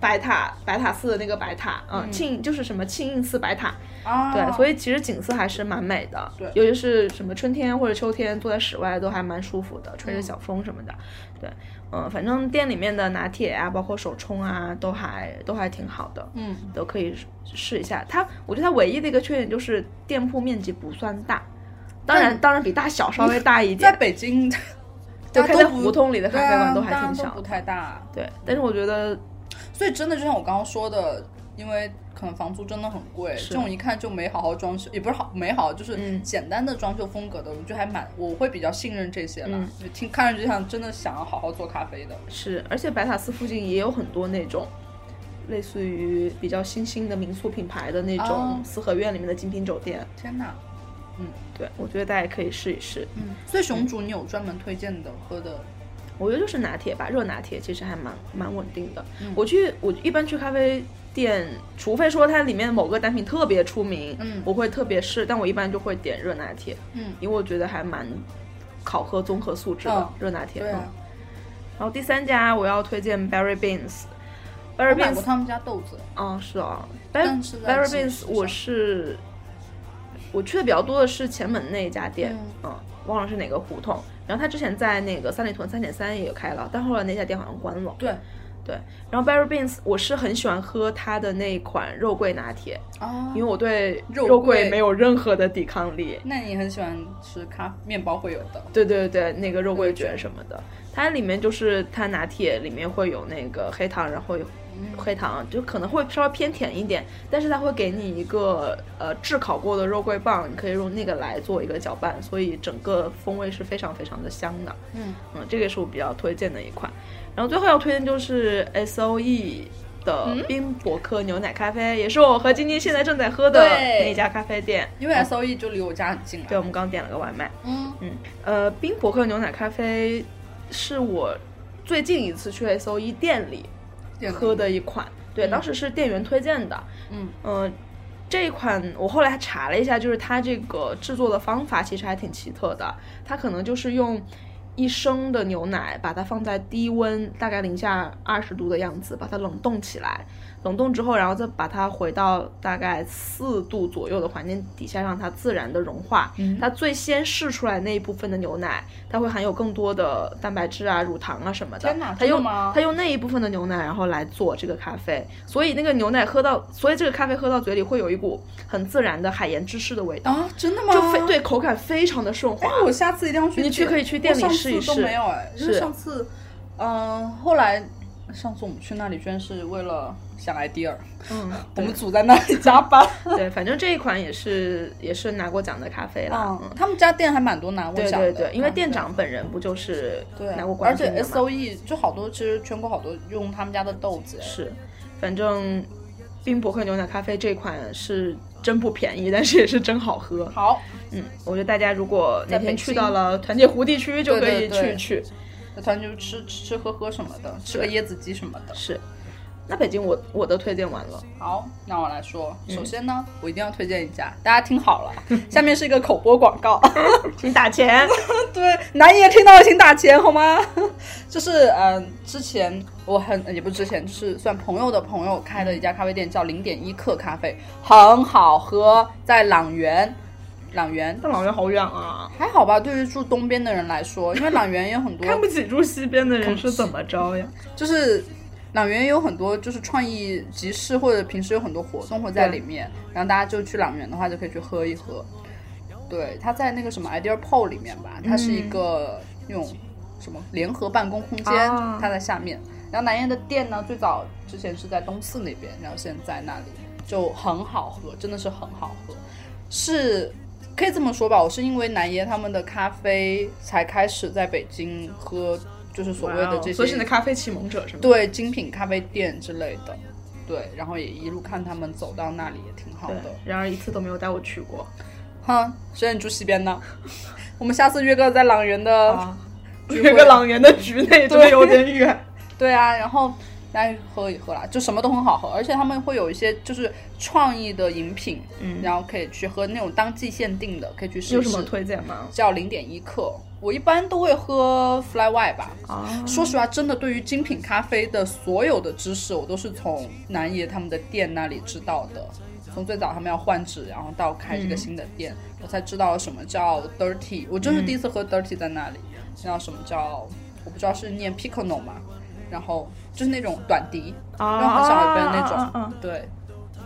A: 白塔白塔寺的那个白塔，嗯，
B: 嗯
A: 庆就是什么庆应寺白塔，
B: 啊，
A: 对，所
B: 以
A: 以其实景色还是蛮美的，
B: 对
A: 尤其是什么春天或者秋天，坐在室外都还蛮舒服的，吹着
B: 嗯
A: 小风什么的，对，嗯，反正店里面的拿铁啊，包括手冲啊，都还都还挺好的，
B: 嗯，
A: 都可以试试一下。它，我觉得它唯一的一个缺点就是店铺面积不算大，当然
B: 但
A: 当然比大小稍微大一
B: 在
A: 点，
B: 北京，
A: 就
B: 大
A: 开
B: 家
A: 在
B: 都不
A: 胡同里的咖
B: 对
A: 啡
B: 啊，
A: 馆还
B: 大家
A: 挺小
B: 不
A: 的，
B: 太大，
A: 对，但是我觉得
B: 所以真的就像我刚刚说的，因为可能房租真的很贵，
A: 是
B: 这种一看就没好好装修，也不是好没好，就是
A: 嗯
B: 简单的装修风格的，我就还蛮我会比较信任这些啦。
A: 嗯
B: 就听看上去就像真的想要好好做咖啡的，
A: 是，而且白塔寺附近也有很多那种，类似于比较新兴的民宿品牌的那
B: 哦
A: 种四合院里面的精品酒店。
B: 天哪！
A: 对，我觉得大家也可以试一试。
B: 嗯，所以熊主你有专门推荐的喝的，
A: 我觉得就是拿铁吧，热拿铁其实还蛮蛮稳定的。
B: 嗯
A: 我去，我一般去咖啡店，除非说它里面某个单品特别出名，
B: 嗯
A: 我会特别试，但我一般就会点热拿铁，
B: 嗯，
A: 因为我觉得还蛮考核综合素质的、
B: 嗯
A: 热拿铁。
B: 对啊
A: 嗯，然后第三家我要推荐 Berry Beans。
B: 我
A: Berry
B: 买
A: Beans
B: 过他们家豆子，
A: 哦，是哦。
B: 但是
A: b
B: 在
A: a r r y
B: 即时
A: Beans，我
B: 上
A: 是我去的比较多的是前门那一家店，
B: 嗯
A: 嗯忘了是哪个胡同。然后他之前在那个三里屯三点三也有开了，但后来那家店好像关了。
B: 对，
A: 对，然后 b a r r y Beans，我是很喜欢喝它的那款肉桂拿铁，
B: 啊
A: 因为我对
B: 肉
A: 肉
B: 桂
A: 桂没有任何的抵抗力。
B: 那你很喜欢吃咖面包会有的，
A: 对对对，那个肉
B: 桂
A: 桂
B: 卷
A: 卷什么的，它里面就是它拿铁里面会有那个黑糖，然后有黑糖，就可能会稍微偏甜一点，但是它会给你一个呃炙烤过的肉桂棒，你可以用那个来做一个搅拌，所以整个风味是非常非常的香的。
B: 嗯
A: 嗯，这个是我比较推荐的一款。然后最后要推荐就是 S O E 的冰博克牛奶咖啡，也是我和晶晶现在正在喝的
B: 对
A: 那一家咖啡店。
B: 因为 S O E 就离我家很近
A: 哦对，
B: 了，
A: 我们刚点了个外卖。
B: 嗯
A: 嗯，呃，冰博克牛奶咖啡是我最近一次去 S O E 店里
B: 点了
A: 喝，的一款，对，当时是店员推荐的。
B: 嗯
A: 嗯、这一款我后来还查了一下，就是它这个制作的方法其实还挺奇特的，它可能就是用。一升的牛奶，把它放在低温，大概零下二十度的样子，把它冷冻起来。冷冻之后，然后再把它回到大概四度左右的环境底下，让它自然的融化。
B: 嗯
A: 它最先试出来那一部分的牛奶，它会含有更多的蛋白质啊、乳糖啊什么的。
B: 天哪
A: 它
B: 真的
A: 用
B: 吗
A: 它用那一部分的牛奶，然后来做这个咖啡，所以那个牛奶喝到，所以这个咖啡喝到嘴里会有一股很自然的海盐芝士的味道，
B: 啊，真的吗？
A: 就非对口感非常的顺滑
B: 哎。，我下次一定要去点。
A: 你去可以去店里
B: 我上次
A: 试一试
B: 都没有哎，就是
A: 是
B: 上次，嗯、后来上次我们去那里居然是为了想 idea，
A: 嗯，
B: 我
A: 对
B: 们组在那里 加班。
A: 对，反正这一款也是也是拿过奖的咖啡啦。
B: 嗯
A: 嗯，
B: 他们家店还蛮多拿过
A: 对
B: 奖
A: 对
B: 的，
A: 对，因为
B: 嗯
A: 店长本人不就是
B: 对
A: 拿过，
B: 而
A: 冠军
B: 且
A: 的
B: S
A: 嘛？
B: O E 就好多，其实全国好多用他们家的豆子，
A: 是，反正冰博克牛奶咖啡这款是真不便宜，但是也是真好喝。
B: 哎好，
A: 嗯，我觉得大家如果哪
B: 在北
A: 天去
B: 京
A: 到了团结湖地区，就可
B: 对对
A: 以去
B: 对
A: 去。
B: 那团就吃吃吃喝喝什么的，吃个椰子鸡什么的。
A: 是，那北京我我的推荐完了，
B: 好，那我来说，
A: 嗯
B: 首先呢，我一定要推荐一家，大家听好了，下面是一个口播广告。
A: 请打 钱。
B: 对，男也听到了请打钱好吗？ 就是嗯、之前我很也不是之前，就是算朋友的朋友开的一家咖啡店，叫零点一克咖啡，很好喝，在朗园，朗园
A: 但老人好远啊，
B: 还好吧，对于住东边的人来说，因为朗园有很 多
A: 看不起住西边的人是怎么着呀？
B: 就是朗园有很多就是创意集市或者平时有很多活动会在里面，然后大家就去朗园的话就可以去喝一喝。对，它在那个什么 Idea Pool 里面吧，它是
A: 嗯
B: 一个那种什么联合办公空间，
A: 啊
B: 它在下面。然后南燕的店呢，最早之前是在东四那边，然后现在那里就很好喝，真的是很好喝，是可以这么说吧，我是因为南爷他们的咖啡才开始在北京喝，就是所谓的这些，
A: 哦所以是你的咖啡启蒙者是吗？
B: 对精品咖啡店之类的，对，然后也一路看他们走到那里也挺好
A: 对
B: 的。
A: 然而一次都没有带我去过
B: 哈，虽然你住西边呢， 我们下次约个在朗园的，
A: 啊，
B: 聚
A: 有
B: 会
A: 个朗园的局内真的有点 远。
B: 对啊，然后大家喝一喝啦，就什么都很好喝，而且他们会有一些就是创意的饮品，
A: 嗯
B: 然后可以去喝那种当季限定的，可以去试
A: 有
B: 试。
A: 什么推荐吗？
B: 叫零点一克，我一般都会喝 Fly Y 吧。
A: 啊，
B: 说实话，真的对于精品咖啡的所有的知识，我都是从南爷他们的店那里知道的。从最早他们要换址，然后到开这个新的店，我才知道什么叫 dirty。我真是第一次喝 dirty 在那里，知道什么叫我不知道是念 picono 嘛，然后就是那种短笛，
A: 啊
B: 然后很少有人那种
A: 啊啊啊
B: 对。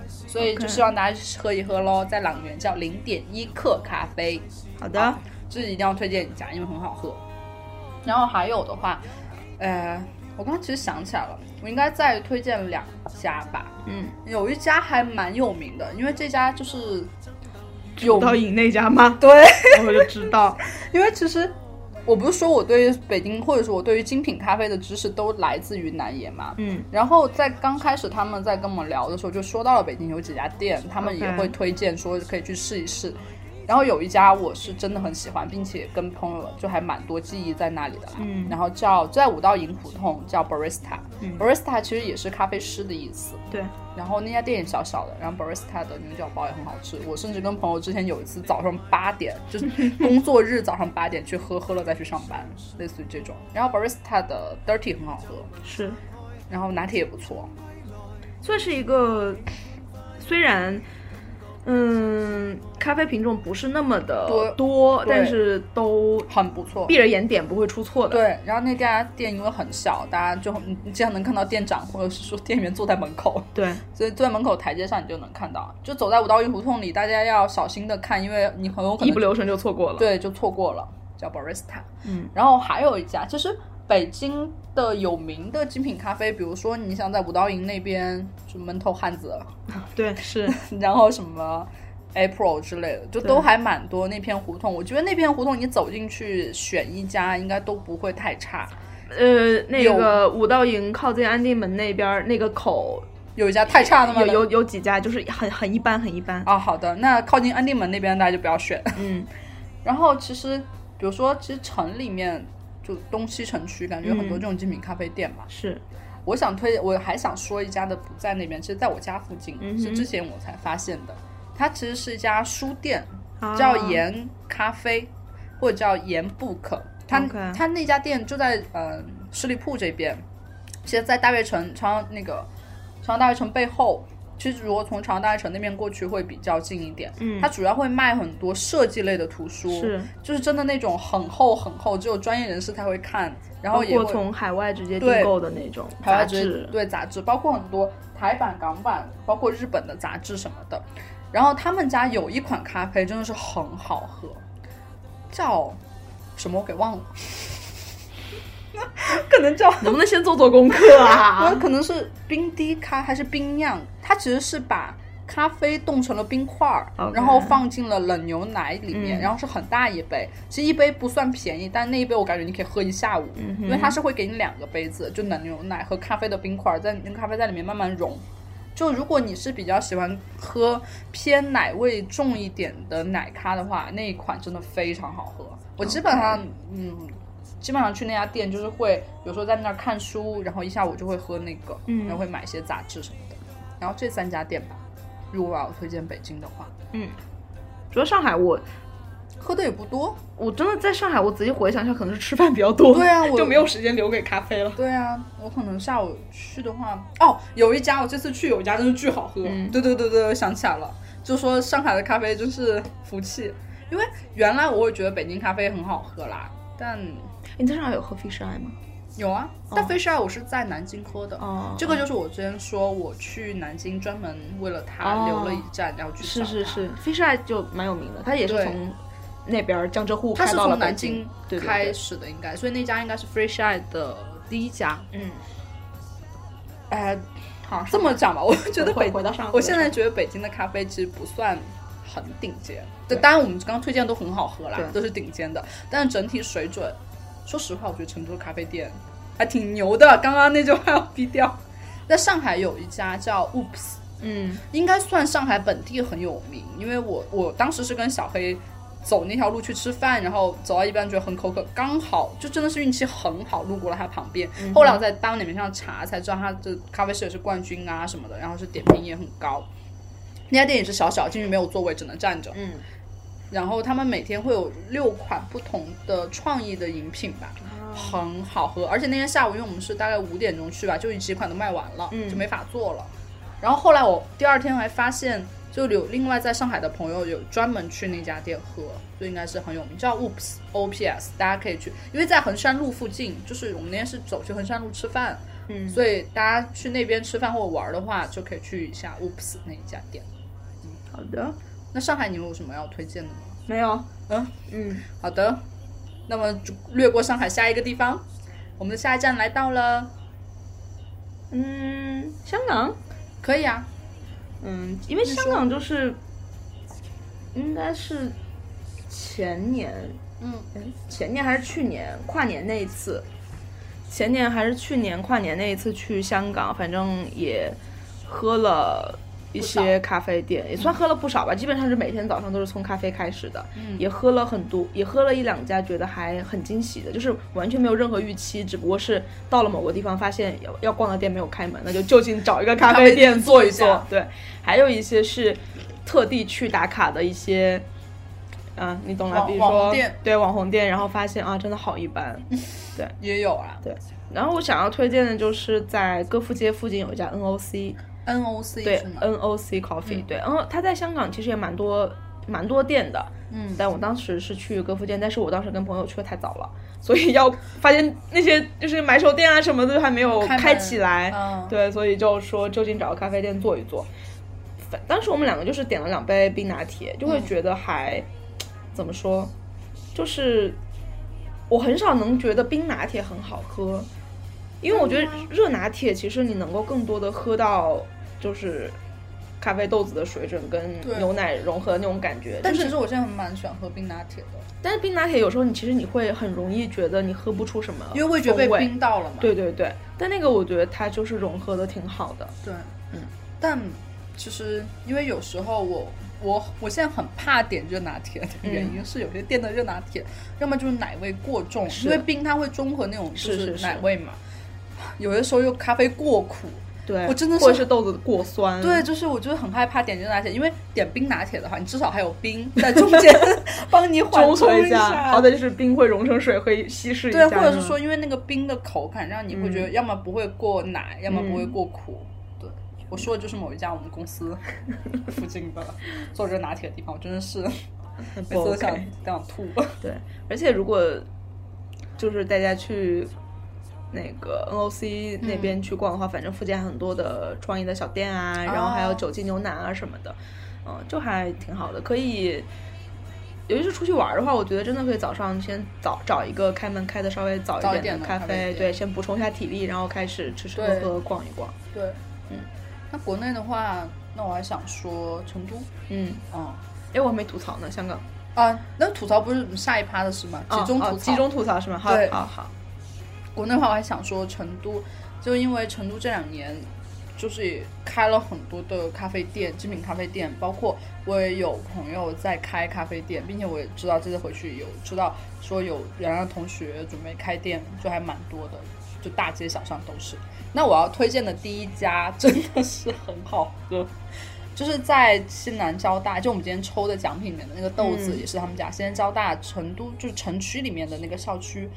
B: 所以
A: OK
B: 就希望大家去喝一喝喽，在朗园叫零点一克咖啡。
A: 好的，
B: 这一定要推荐一家，因为很好喝。然后还有的话，呃，我刚刚其实想起来了，我应该再推荐两家吧。
A: 嗯，
B: 有一家还蛮有名的，因为这家就是有
A: 到影那家吗？
B: 对，
A: 我就知道，
B: 因为其实我不是说我对于北京或者说我对于精品咖啡的知识都来自于南野嘛，
A: 嗯，
B: 然后在刚开始他们在跟我们聊的时候，就说到了北京有几家店，他们也
A: OK
B: 会推荐说可以去试一试。然后有一家我是真的很喜欢，并且跟朋友就还蛮多记忆在那里的啦。
A: 嗯
B: 然后叫就在五道营胡同叫 barista，barista、barista 其实也是咖啡师的意思。
A: 对，
B: 然后那家店也小小的，然后 barista 的牛角包也很好吃。我甚至跟朋友之前有一次早上八点，就是工作日早上八点去喝，喝了再去上班，类似于这种。然后 barista 的 dirty 很好喝，
A: 是，
B: 然后拿铁也不错。
A: 算是一个，虽然。嗯，咖啡品种不是那么的
B: 多
A: 多
B: 对
A: 但是都
B: 很不错。
A: 闭着眼点不会出错的。
B: 对，然后那家店因为很小，大家就你你经常能看到店长或者是说店员坐在门口，
A: 对，
B: 所以坐在门口台阶上你就能看到。就走在五道营胡同里，大家要小心的看，因为你很有可
A: 一
B: 能
A: 不留神就错过了。，
B: 对就错过了，叫 barista。
A: 嗯，
B: 然后还有一家，其实北京的有名的精品咖啡，比如说你想在五道营那边就门头汉子，
A: 对， 是，
B: 然后什么 April 之类的，就都还蛮多。那片胡同，我觉得那片胡同你走进去选一家，应该都不会太差。
A: 呃，那
B: 有
A: 个五道营靠近安定门那边儿那个口，
B: 有一家太差的吗？
A: 有有有几家就是很很一般，很一般。
B: 啊，好的，那靠近安定门那边大家就不要选。
A: 嗯，
B: 然后其实，比如说，其实城里面就东西城区，感觉有很多
A: 嗯
B: 这种精品咖啡店嘛。
A: 是，
B: 我想推，我还想说一家的不在那边，其实在我家附近，
A: 嗯哼
B: 是之前我才发现的。它其实是一家书店，
A: 啊
B: 叫盐咖啡，或者叫盐 book。它
A: OK
B: 它那家店就在呃十里铺这边，其实，在大悦城朝阳那个朝阳大悦城背后。其实，如果从朝阳大悦城那边过去会比较近一点。
A: 嗯
B: 它主要会卖很多设计类的图书，
A: 是，
B: 就是真的那种很厚很厚，只有专业人士才会看，然
A: 包
B: 后也
A: 括
B: 会
A: 从海外直接
B: 对
A: 订购的那种
B: 台
A: 杂
B: 湾直
A: 志。
B: 对杂志，包括很多台版、港版，包括日本的杂志什么的。然后他们家有一款咖啡真的是很好喝，叫什么我给忘了， 可能叫
A: 能不能先做做功课
B: 啊，
A: 啊？
B: 可能是冰滴咖还是冰酿，它其实是把咖啡冻成了冰块儿
A: OK
B: 然后放进了冷牛奶里面，
A: 嗯
B: 然后是很大一杯，其实一杯不算便宜，但那一杯我感觉你可以喝一下午，
A: 嗯哼
B: 因为它是会给你两个杯子，就冷牛奶和咖啡的冰块儿，在那个咖啡在里面慢慢融。就如果你是比较喜欢喝偏奶味重一点的奶咖的话，那一款真的非常好喝。我基本上嗯，基本上去那家店就是会，有时候在那儿看书，然后一下午就会喝那个，
A: 嗯
B: 然后会买一些杂志什么的。然后这三家店吧，如果我要推荐北京的话，
A: 主要上海我，
B: 喝的也不多。
A: 我真的在上海，我仔细回想一下，可能是吃饭比较多，
B: 对啊我
A: 就没有时间留给咖啡了。
B: 对啊，我可能下午去的话，哦，有一家我这次去有一家真是巨好喝。
A: 嗯
B: 对对对对，我想起来了，就说上海的咖啡真是福气，因为原来我也觉得北京咖啡很好喝啦，但
A: 你在上海有喝 fish eye 吗？
B: 有啊，但 Fish Eye 我是在南京喝的。
A: 哦
B: 这个就是我之前说我去南京专门为了它
A: 哦
B: 留了一站，然后去
A: 是
B: 找
A: 哦是
B: 它。
A: 是，fish eye 就蛮有名的，它也是
B: 对
A: 从那边儿江浙沪
B: 它
A: 开
B: 是
A: 到了
B: 从
A: 北
B: 南
A: 京
B: 京
A: 对对对
B: 开始的，应该，所以那家应该是 Fresh Eye 的第一 家。
A: 嗯，
B: 哎，
A: 好，
B: 这么 讲吧，我觉得
A: 回
B: 北
A: 回到上海
B: 我现在觉得北京的咖啡其实不算很顶尖，对，
A: 对
B: 当然我们刚刚推荐都很好喝啦
A: 对，
B: 都是顶尖的，但是整体水准，说实话，我觉得成都的咖啡店还挺牛的。刚刚那句话要逼掉。在上海有一家叫 Oops，
A: 嗯
B: 应该算上海本地很有名，因为我我当时是跟小黑走那条路去吃饭，然后走到一半觉得很口渴，刚好就真的是运气很好路过了他旁边。后来我在大众点评上查才知道他的咖啡师也是冠军啊什么的，然后是点评也很高。那家店也是小小，进去没有座位，只能站着。
A: 嗯
B: 然后他们每天会有六款不同的创意的饮品吧，很好喝。而且那天下午，因为我们是大概五点钟去吧，就几款都卖完了，
A: 嗯
B: 就没法做了。然后后来我第二天还发现，就有另外在上海的朋友有专门去那家店喝，就应该是很有名，叫 Oops O P S，大家可以去，因为在衡山路附近，就是我们那天是走去衡山路吃饭，
A: 嗯，
B: 所以大家去那边吃饭或者玩的话，就可以去一下 Oops 那一家店。
A: 好的，
B: 那上海你有什么要推荐的吗？
A: 没有，
B: 嗯，
A: 嗯，
B: 好的，那么就略过上海下一个地方，我们的下一站来到了，
A: 嗯，香港，
B: 可以啊，
A: 嗯，因为香港就是应该是前年，
B: 嗯
A: 哎前年还是去年跨年那一次，前年还是去年跨年那一次去香港，反正也喝了。一些咖啡店也算喝了不少吧，基本上是每天早上都是从咖啡开始的，
B: 嗯
A: 也喝了很多，也喝了一两家，觉得还很惊喜的，就是完全没有任何预期，只不过是到了某个地方发现要要逛的店没有开门，那就就近找一个咖啡店坐一
B: 咖
A: 坐
B: 啡。
A: 对，还有一些是特地去打卡的一些，嗯、你懂了，
B: 网
A: 比如
B: 网红
A: 说
B: 店
A: 对网红店，然后发现啊，真的好一 般。
B: 也有啊，
A: 对，然后我想要推荐的就是在歌赋街附近有一家 NOC，
B: ，NOC
A: 对呃
B: 是吗？嗯
A: NOC Coffee，、对，然后它在香港其实也蛮多蛮多店的，
B: 嗯，
A: 但我当时是去歌赋店，但是我当时跟朋友去的太早了，所以要发现那些就是买手店啊什么的还没有
B: 开门
A: 开起来，
B: 嗯
A: 对，所以就说就近找个咖啡店坐一坐。反当时我们两个就是点了两杯冰拿铁，就
B: 嗯
A: 会觉得还、怎么说，就是我很少能觉得冰拿铁很好喝，因为我觉得热拿铁其实你能够更多的喝到就是。咖啡豆子的水准跟
B: 对
A: 牛奶融合的那种感觉，
B: 但
A: 就是
B: 其实我现在很蛮喜欢喝冰拿铁的，
A: 但是冰拿铁有时候你其实你会很容易觉得你喝不出什么，
B: 因为味觉被。冰到了嘛。
A: 对对对，但那个我觉得它就是融合的挺好的。
B: 对，嗯，但其实因为有时候我我我现在很怕点热拿铁的原因是，有些店的热拿铁、要么就是奶味过重，
A: 嗯是
B: 因为冰它会中和那种就是
A: 是是
B: 奶味嘛。有的时候又咖啡过苦，
A: 对，
B: 我真的是
A: 或者是豆子过酸。
B: 对，就是我就是很害怕点热拿铁，因为点冰拿铁的话，你至少还有冰在中 间帮你缓
A: 中和
B: 冲
A: 一下，好歹就是冰会融成水，会稀释一
B: 对，
A: 下。嗯
B: 或者是说，因为那个冰的口感让你会觉得，要么不会过奶，要么不会
A: 嗯
B: 过苦。对，我说的就是某一家我们 公司附近的做热拿铁的地方，我真的是
A: 很
B: 每次
A: 不
B: 都想
A: OK。
B: 想吐。
A: 对，而且如果就是大家去那个
B: 嗯
A: NOC 那边去逛的话，反正附近还有很多的创意的小店啊，然后还有九记牛腩啊什么的，嗯、
B: 哦
A: 就还挺好的，可以。尤其是出去玩的话，我觉得真的可以早上先早找一个开门开的稍微早
B: 早一
A: 一
B: 点
A: 点
B: 的
A: 的咖
B: 咖啡
A: 啡，
B: 店
A: 对，先补充一下体力，然后开始吃吃喝
B: 对
A: 喝逛一逛。
B: 对，
A: 嗯，
B: 那国内的话，那我还想说成都，
A: 嗯，
B: 嗯
A: 哎，我还没吐槽呢，香港
B: 啊，那吐槽不是下一趴的事吗？集中
A: 哦哦
B: 吐槽，
A: 集中吐槽是吗？好
B: 对
A: 好好，
B: 国内的话，我还想说成都，就因为成都这两年就是也开了很多的咖啡店，精品咖啡店，包括我也有朋友在开咖啡店，并且我也知道这次回去有知道说有原来的同学准备开店，就还蛮多的，就大街小巷都是。那我要推荐的第一家真的是很好喝。 就是在西南交大，就我们今天抽的奖品里面的那个豆子，
A: 嗯
B: 也是他们家。西南交大成都就是城区里面的那个校区，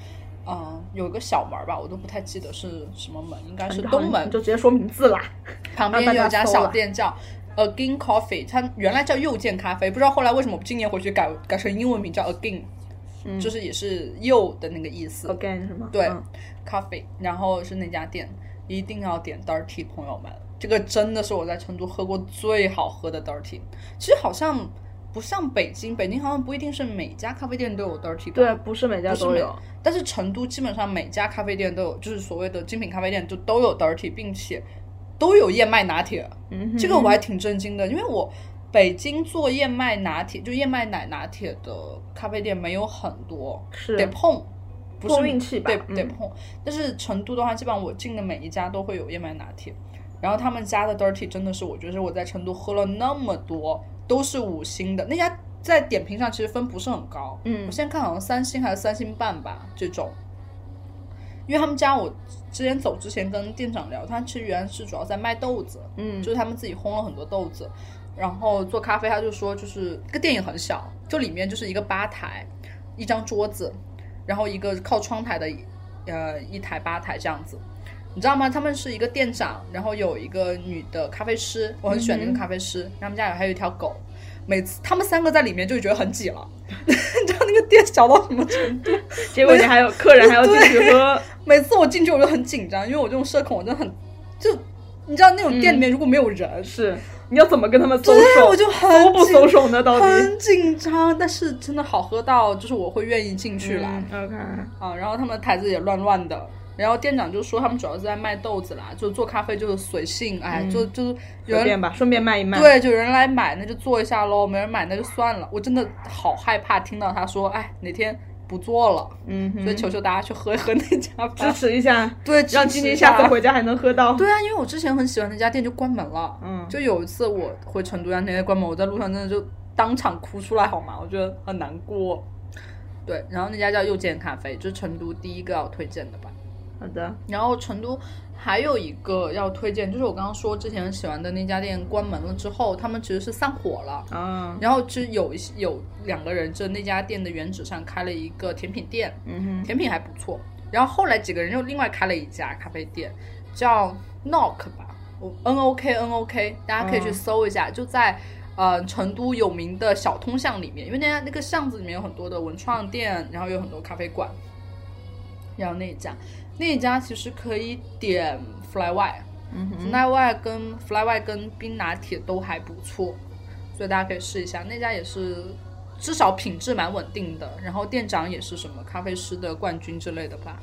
B: 嗯、有一个小门儿吧，我都不太记得是什么门，应该是
A: 就好
B: 东
A: 你
B: 门
A: 就直接说名字啦。
B: 旁边有一家小店叫
A: 啊
B: Again Coffee，它原来叫右键咖啡，不知道后来为什么今年回去改改成英文名叫 Again，、
A: 嗯
B: 就是也是右的那个意思。
A: Again 是吗？
B: 对、
A: 嗯
B: c o f f e e 然后是那家店，一定要点 dirty，朋友们，这个真的是我在成都喝过最好喝的 dirty。其实好像不像北京，北京好像不一定是每家咖啡店都有 dirty，吧
A: 对，不是每家
B: 不是
A: 都
B: 每
A: 有。
B: 但是成都基本上每家咖啡店都有，就是所谓的精品咖啡店就都有 dirty，并且都有燕麦拿铁。
A: 嗯哼，
B: 这个我还挺震惊的，因为我北京做燕麦拿铁，就燕麦奶拿铁的咖啡店没有很多，
A: 是
B: 得碰，不是
A: 碰运气吧
B: 得
A: 嗯
B: 得碰。但是成都的话，基本上我进的每一家都会有燕麦拿铁，然后他们家的 dirty 真的是，我觉得我在成都喝了那么多都是五星的，那家在点评上其实分不是很高，
A: 嗯
B: 我现在看好像三星还是三星半吧这种。因为他们家我之前走之前跟店长聊，他其实原来是主要在卖豆子，
A: 嗯
B: 就是他们自己烘了很多豆子，然后做咖啡。他就说，就是这个店也很小，就里面就是一个吧台，一张桌子，然后一个靠窗台的一，呃，一台吧台这样子。你知道吗？他们是一个店长，然后有一个女的咖啡师，我很喜欢那
A: 嗯
B: 个
A: 哼
B: 咖啡师。他们家有还有一条狗，每次他们三个在里面就觉得很挤 了，你知道那个店小到什么程度？
A: 结果你还有客人还要进去喝，
B: 每次我进去我就很紧张，因为我这种社恐，我真的很就你知道那种店里
A: 嗯
B: 面如果没有人，
A: 是你要怎么跟他们搜
B: 对，啊我
A: 手？
B: 就很
A: 搜不
B: 紧
A: 搜手呢？到底？
B: 很紧张，但是真的好喝到就是我会愿意进去啦、
A: 嗯 OK，
B: 啊。然后他们的台子也乱乱的，然后店长就说他们主要是在卖豆子啦，就做咖啡就是随性，哎，就就是
A: 嗯随
B: 有人
A: 便吧，顺便卖一卖。，
B: 对，就有人来买那就做一下喽，没人买那就算了。我真的好害怕听到他说，哎，哪天不做了，
A: 嗯哼，
B: 所以求求大家去喝一喝那
A: 支
B: 家 吧。
A: 持一下，
B: 对，
A: 让晶
B: 支持一
A: 晶下次
B: 下
A: 回家还能喝到。
B: 对啊，因为我之前很喜欢那家店，就关门了。
A: 哦嗯
B: 就有一次我回成都，然后那天关门，我在路上真的就当场哭出来，好吗？我觉得很难过。对，然后那家叫又见咖啡，就是成都第一个要推荐的吧。
A: 好的，
B: 然后成都还有一个要推荐，就是我刚刚说之前喜欢的那家店关门了之后，他们其实是散伙了。
A: 啊，
B: 然后就有一些有两个人，就那家店的原址上开了一个甜品店，
A: 嗯
B: 甜品还不错。然后后来几个人又另外开了一家咖啡店，叫 Knock 吧我，N O K N O K，大家可以去
A: 嗯
B: 搜一下，就在呃成都有名的小通巷里面，因为那家那个巷子里面有很多的文创店，然后有很多咖啡馆。然后那一家，那一家其实可以点 Fly Y，
A: 哼，嗯哼，
B: Fly Y 跟 Fly Y 跟冰拿铁都还不错，所以大家可以试一下。那家也是至少品质蛮稳定的，然后店长也是什么咖啡师的冠军之类的吧，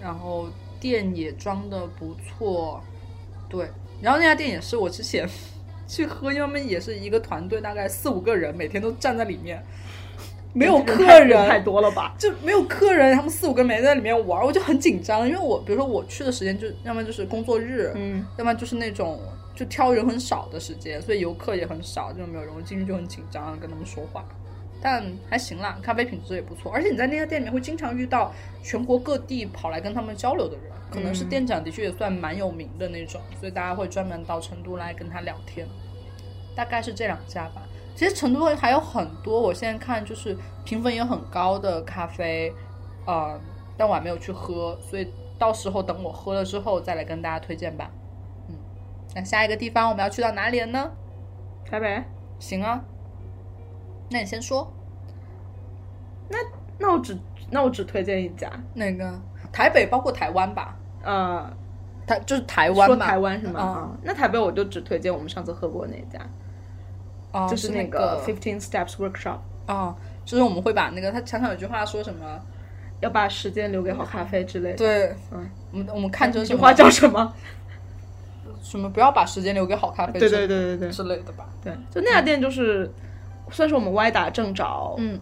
B: 然后店也装的不错，对。然后那家店也是我之前去喝，因为他们也是一个团队，大概四五个人，每天都站在里面， 没有
A: 这个
B: 客
A: 太
B: 人，
A: 太多了吧？
B: 就没有客人，他们四五个每天在里面玩，我就很紧张，因为我比如说我去的时间就要么就是工作日，
A: 嗯，
B: 要么就是那种就挑人很少的时间，所以游客也很少，就没有人我进去就很紧张，跟他们说话。但还行啦，咖啡品质也不错，而且你在那家店里面会经常遇到全国各地跑来跟他们交流的人，可能是
A: 嗯
B: 店长的确也算蛮有名的那种，所以大家会专门到成都来跟他聊天。大概是这两家吧。其实成都还有很多，我现在看就是评分也很高的咖啡，呃，但我还没有去喝，所以到时候等我喝了之后再来跟大家推荐吧。嗯，那下一个地方我们要去到哪里了呢？
A: 台北。
B: 行啊，那你先说
A: 那我只那我只推荐一家，
B: 哪个？台北包括台湾吧，
A: 呃，
B: 台就是台
A: 说
B: 湾吧，
A: 台湾是吗？
B: 嗯
A: 啊，那台北我就只推荐我们上次喝过那家，
B: 哦
A: 就是那
B: 个
A: Fifteen Steps Workshop，
B: 哦，就是我们会把那个他常常有句话说什么？
A: 要把时间留给好咖啡之类的。
B: 对，
A: 嗯，
B: 我们我们看成
A: 这
B: 什
A: 句
B: 么
A: 话叫什么？啊
B: 什么？不要把时间留给好咖啡
A: 对
B: 之，
A: 对对对对
B: 之类的吧。
A: 对，就那家店就是算是我们歪打正着
B: 嗯，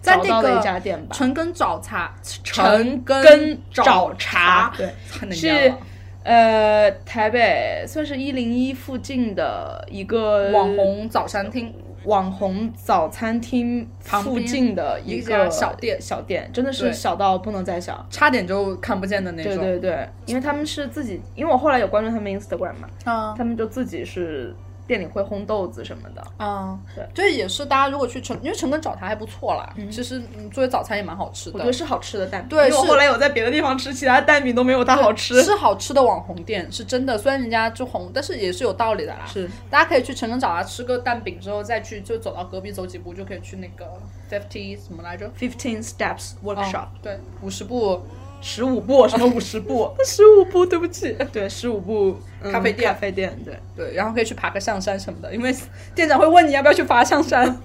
B: 在
A: 找
B: 那
A: 到的
B: 个
A: 一家店吧。
B: 陈根找茶，
A: 陈
B: 根
A: 找
B: 茶，
A: 对，
B: 很能
A: 是
B: 念了
A: 呃，台北算是一零一附近的一个
B: 网红早餐厅，
A: 网红早餐厅附近的
B: 一
A: 个
B: 家小店
A: 小店真的
B: 对
A: 是小到不能再小。
B: 差点就看不见的那
A: 对
B: 种。
A: 对对，因为他们是自己，因为我后来有关注他们 Instagram 嘛，
B: 啊
A: 他们就自己是店里会烘豆子什么的。
B: 啊
A: 对，
B: 这也是大家如果去陈，因为陈根找茶还不错啦，其实嗯作为早餐也蛮好吃
A: 我觉得
B: 的。
A: 是好吃的蛋饼，
B: 对
A: 因为我
B: 是
A: 后来有在别的地方吃，其他蛋饼都没有它好吃。
B: 是好吃的网红店，是真的。虽然人家就红，但是也是有道理的啦。
A: 是
B: 大家可以去陈根找茶吃个蛋饼之后，再去就走到隔壁走几步，就可以去那个 Fifty 什么来着
A: Fifteen Steps Workshop，
B: 对，五十步
A: 十五、步 什么五十步，十五步，对不起， 对，十五步、嗯
B: 咖啡店
A: 咖啡店，对，
B: 对，然后可以去爬个象山什么的，因为店长会问你要不要去爬象 山。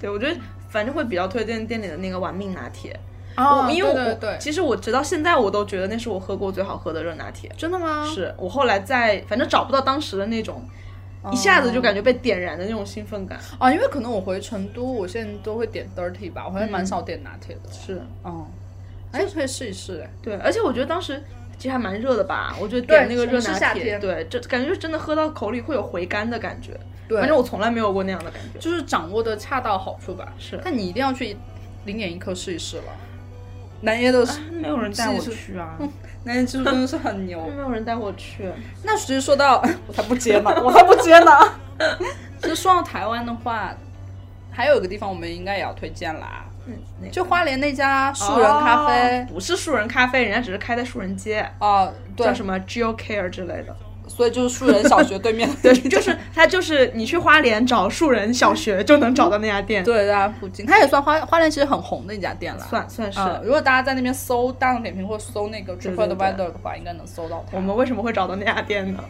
A: 对我觉得反正会比较推荐店里的那个玩命拿铁，
B: 哦
A: 我因为我
B: 对对对，
A: 其实我直到现在我都觉得那是我喝过最好喝的热拿铁。
B: 真的吗？
A: 是我后来在反正找不到当时的那种，
B: 哦
A: 一下子就感觉被点燃的那种兴奋感。
B: 嗯啊，因为可能我回成都，我现在都会点 dirty 吧，我好像
A: 嗯
B: 蛮少点拿铁的。
A: 是
B: 嗯，哎，可以试一试哎。
A: 对，而且我觉得当时其实还蛮热的吧，我觉得
B: 对
A: 点那个热
B: 是
A: 拿
B: 夏
A: 铁，
B: 天
A: 对，这感觉就真的喝到口里会有回甘的感觉。
B: 对
A: 反正我从来没有过那样的感觉。
B: 就是掌握的恰到好处吧。
A: 是
B: 但你一定要去零点一刻试一试了。南椰的
A: 啊，没有人带我去 啊，
B: 南椰技术真的是很牛。
A: 没有人带我 去。
B: 那其实说到， 我才不接呢，我才不接呢。其实说到台湾的话，还有一个地方我们应该也要推荐啦，
A: 嗯，那
B: 就花莲那家树人咖啡
A: 哦。不是树人咖啡，人家只是开在树人街，
B: 哦，对
A: 叫，什么 Geo Care 之类的。
B: 所以就是树人小学 对面
A: 对，就是它就是你去花莲找树人小学就能找到那家店，
B: 对，在它附近，它也算花花莲其实很红的一家店了。
A: 算算是。
B: 嗯，如果大家在那边搜大众点评或搜那个 t
A: 对对
B: r i p l e w e d e r 的话，应该能搜到它。
A: 我们为什么会找到那家店呢？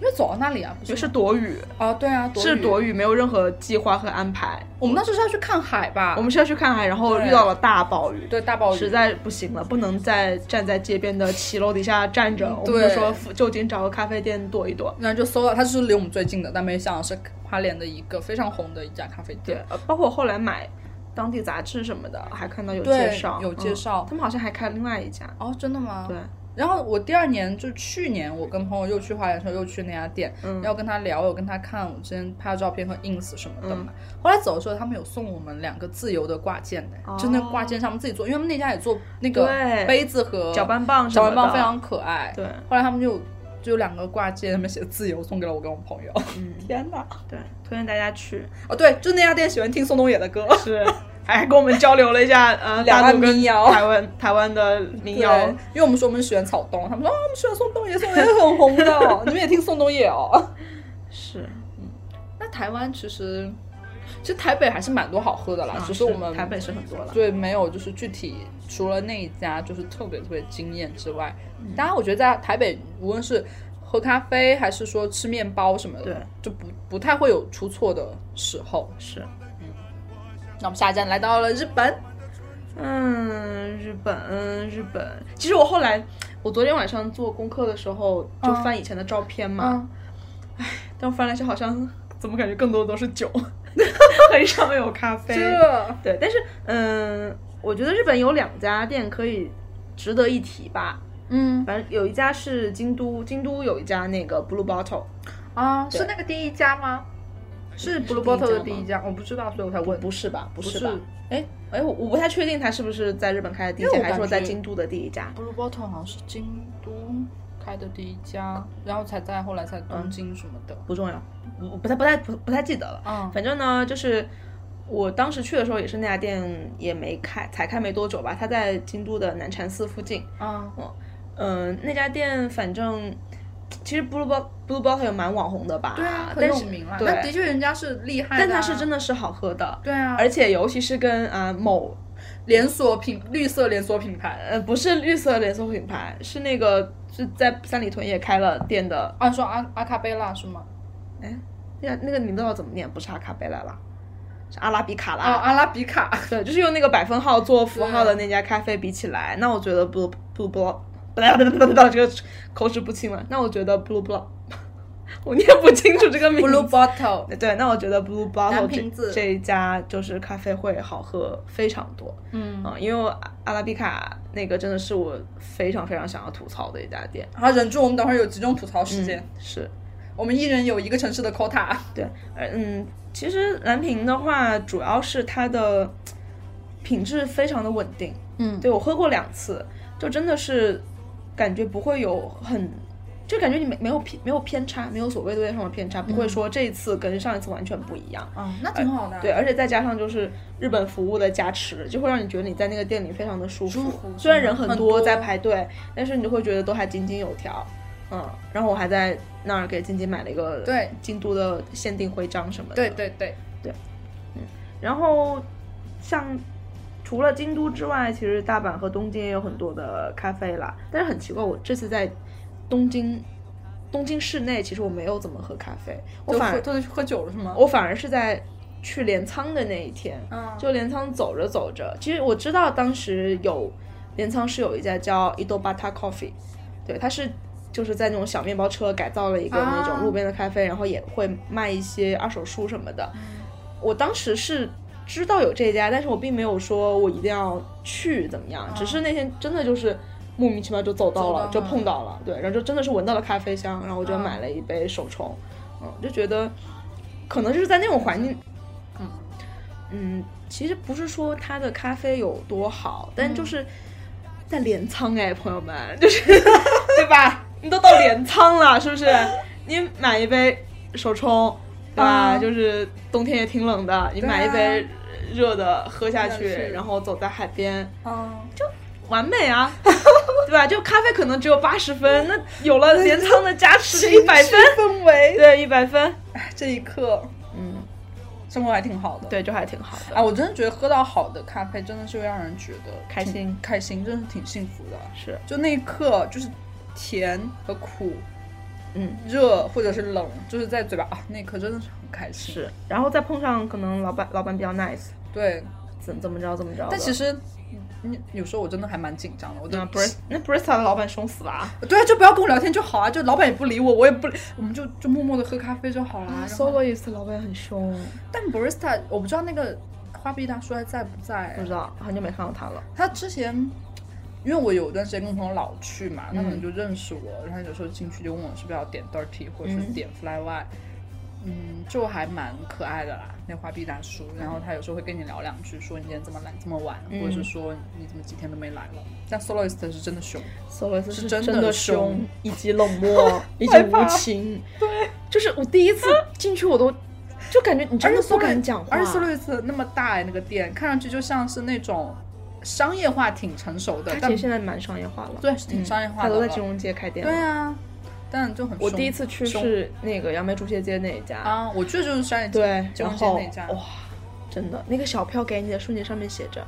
B: 因为走到那里啊，不
A: 因为
B: 是
A: 是躲雨，
B: 啊，对啊，躲
A: 是
B: 雨
A: 躲雨，没有任何计划和安排。
B: 我们当时是要去看海吧？
A: 我们是要去看海，然后
B: 对
A: 遇到了大暴雨，
B: 对大暴雨
A: 实在不行了，不能再站在街边的骑楼底下站着，我们
B: 对
A: 就说附就近找个咖啡店躲一躲。
B: 然后就搜到，它就是离我们最近的，但没想到是花莲的一个非常红的一家咖啡
A: 对
B: 店。，
A: 呃包括我后来买当地杂志什么的，还看到有
B: 对
A: 介绍，
B: 有介
A: 嗯
B: 绍
A: 他们好像还开了另外一家，
B: 哦，真的吗？
A: 对。
B: 然后我第二年，就去年，我跟朋友又去花莲的时候，又去那家店，
A: 嗯
B: 然后跟他聊，我跟他看我之前拍的照片和 ins 什么
A: 嗯
B: 的嘛。后来走的时候，他们有送我们两个自由的挂件的，
A: 哦
B: 就那个挂件上面自己做，因为他们那家也做那个
A: 对
B: 杯子和
A: 搅拌棒什
B: 呃搅
A: 么的，
B: 拌棒非常可爱。
A: 对，
B: 后来他们就就有两个挂件，上面写自由送给了我跟我朋友。
A: 嗯，
B: 天哪！
A: 对，推荐大家去，
B: 哦，对，就那家店喜欢听宋冬野的歌。
A: 是，还跟我们交流了一下，呃，
B: 两
A: 大
B: 岸
A: 陆跟
B: 民谣
A: 台湾台湾的民
B: 对
A: 谣，，
B: 因为我们说我们喜欢草东，他们说啊，我们喜欢宋冬野，宋冬野很红的， 你们也听宋冬野哦。
A: 是，
B: 那台湾其实，其实台北还是蛮多好喝的啦，
A: 啊
B: 只是我们
A: 台北是很多了，
B: 对没有就是具体除了那一家就是特别特别惊艳之外，当然我觉得在台北无论是喝咖啡还是说吃面包什么的，
A: 对
B: 就不不太会有出错的时候。嗯
A: 是，
B: 那我们下一站来到了日本，
A: 嗯，日本，嗯日本，其实我后来，我昨天晚上做功课的时候就
B: 嗯
A: 翻以前的照片嘛，，但我翻来是好像怎么感觉更多的都是酒， 很少有咖啡，
B: 这
A: 对，但是嗯，我觉得日本有两家店可以值得一提吧。
B: 嗯
A: 反正有一家是京都，京都有一家那个 Blue Bottle，
B: 啊，是那个第一家吗？是 Blue Bottle 的第一家，我不知道，所以我才问。
A: 不是吧？不
B: 是
A: 是吧？哎哎，我我不太确定它是不是在日本开的第一
B: 因为
A: 家，
B: 我
A: 还是说
B: 感
A: 在
B: 觉
A: 京都的第一家？
B: Blue Bottle 好像是京都开的第一家，然后才在后来在东京什么的。
A: 不重要，我我不太不太不不太记得了。
B: 嗯
A: 反正呢，就是我当时去的时候也是那家店也没开，才开没多久吧，它在京都的南禅寺附近。
B: 啊
A: 嗯、那家店反正其实 Blue Bottle Blue Bottle 也蛮网红的吧？
B: 对啊，很
A: 但
B: 有
A: 是
B: 名啦。那的
A: 对，
B: 确人家是厉害的啊，
A: 但它是真的是好喝的，
B: 对啊，
A: 而且尤其是跟啊、某
B: 连锁品绿色连锁品牌。
A: 呃不是绿色连锁品牌，是那个是在三里屯也开了店的，
B: 按啊说阿阿卡贝拉是吗？
A: 那那个名字要怎么念？不是阿卡贝拉啦，是阿拉比卡
B: 啊，
A: 啦。
B: 阿拉比卡。
A: 对，就是用那个百分号做符号的那家咖啡比起来，那我觉得 blue blue blue 不不不不不，这个口齿不清了。那我觉得 blue blue，我念不清楚这个名字。
B: Blue Bottle
A: 对，那我觉得 Blue
B: 蓝
A: Bottle
B: 瓶子
A: 这这一家就是咖啡会好喝非常多，
B: 嗯
A: 啊、因为我阿阿拉比卡那个真的是我非常非常想要吐槽的一家店。
B: 好，忍住，我们等会儿有集中吐槽时间。
A: 是
B: 我们一人有一个城市的 quota。
A: 对，呃嗯，其实蓝瓶的话，主要是它的品质非常的稳定，
B: 嗯，
A: 对我喝过两次，就真的是感觉不会有很，就感觉你没没有偏没有偏差，没有所谓的味道上的偏差，
B: 嗯
A: 不会说这一次跟上一次完全不一样。
B: 啊，那挺好的。
A: 对，，而且再加上就是日本服务的加持，就会让你觉得你在那个店里非常的舒服。
B: 舒服
A: 虽然人
B: 很多
A: 多在排队，但是你就会觉得都还井井有条。嗯，然后我还在那儿给晶晶买了一个
B: 对
A: 京都的限定徽章什么的。
B: 对对对，
A: 然后像除了京都之外，其实大阪和东京也有很多的咖啡啦。但是很奇怪，我这次在东京东京市内，其实我没有怎么喝咖啡，我
B: 就
A: 反
B: 喝
A: 而
B: 就喝酒了是吗？
A: 我反而是在去镰仓的那一天，
B: 嗯
A: 就镰仓走着走着，其实我知道当时有镰仓是有一家叫 Idobata Coffee，对，它是。就是在那种小面包车改造了一个
B: 啊
A: 那种路边的咖啡，然后也会卖一些二手书什么的。我当时是知道有这家，但是我并没有说我一定要去怎么样，只是那天真的就是莫名其妙就走到了，
B: 走到
A: 就
B: 了
A: 碰到了，对，然后就真的是闻到了咖啡香，然后我就买了一杯手冲，嗯，就觉得可能就是在那种环境，嗯嗯，其实不是说它的咖啡有多好，
B: 嗯
A: 但就是在镰仓哎，朋友们，就是对吧？你都到镰仓了，是不 是？你买一杯手冲，对吧？
B: 啊
A: 就是冬天也挺冷的，你
B: 对啊
A: 买一杯热的喝下
B: 喝下去
A: 去，然后走在海边，
B: 嗯，
A: 完美 啊，对吧？就咖啡可能只有八十分，那有了镰仓的加持，一百分，
B: 氛围，
A: 对，一百分，
B: 这一刻
A: 嗯，
B: 生活还挺好的。
A: 对，就还挺好的。
B: 啊，我真的觉得喝到好的咖啡，真的是会让人觉得
A: 开心
B: 挺开心真的挺幸福的。
A: 是，
B: 就那一刻，就是甜和苦、
A: 嗯，
B: 热或者是冷，就是在嘴巴啊，那一刻真的是很开心。
A: 是。然后再碰上可能老板，老板比较 nice，
B: 对，
A: 怎怎么着怎么着的。啊
B: 但其
A: 实
B: 实你你有时候我真的还蛮紧张的，我就
A: 那 Brista 那 Brista 的老板凶死了啊
B: 对啊，就不要跟我聊天就好啊，就老板也不理我，我也不理，我们就就默默的喝咖啡就好了。
A: 啊
B: 然后
A: ！Soloist 老板很凶，
B: 但 barista 我不知道那个花臂大叔还在不在
A: 不，知道，很久没看到他了。
B: 他之前，因为我有一段时间跟朋友老去嘛，他们
A: 嗯
B: 就认识我，然后有时候进去就问我是不是要点 dirty 或者是
A: 嗯
B: 点 fly y，嗯就还蛮可爱的啦，那花臂大叔。然后他有时候会跟你聊两句，说你今天这么懒这么晚，
A: 嗯
B: 或者是说你怎么几天都没来了。但 soloist 是真的凶，
A: Soloist
B: 是
A: 是
B: 真
A: 真
B: 的
A: 的
B: 凶
A: 凶，以及冷 漠，以及无情。对，就是我第一次进去，我都就感觉你真的不敢讲话。
B: 而且 soloist 那么大哎，那个店看上去就像是那种商业化挺成熟的，
A: 他
B: 但
A: 其实现在蛮商业化了，
B: 对是挺
A: 嗯
B: 商业化
A: 他
B: 的
A: 都
B: 了。
A: 在金融街开店
B: 对
A: 了。
B: 啊，但就很
A: 我
B: 凶
A: 第一次去
B: 凶
A: 是那个杨梅竹斜街那一家，
B: 啊，我去的就是商业街
A: 对，
B: 金
A: 然
B: 融街
A: 后
B: 那家。
A: 哇，真的，那个小票给你的瞬间上面写着，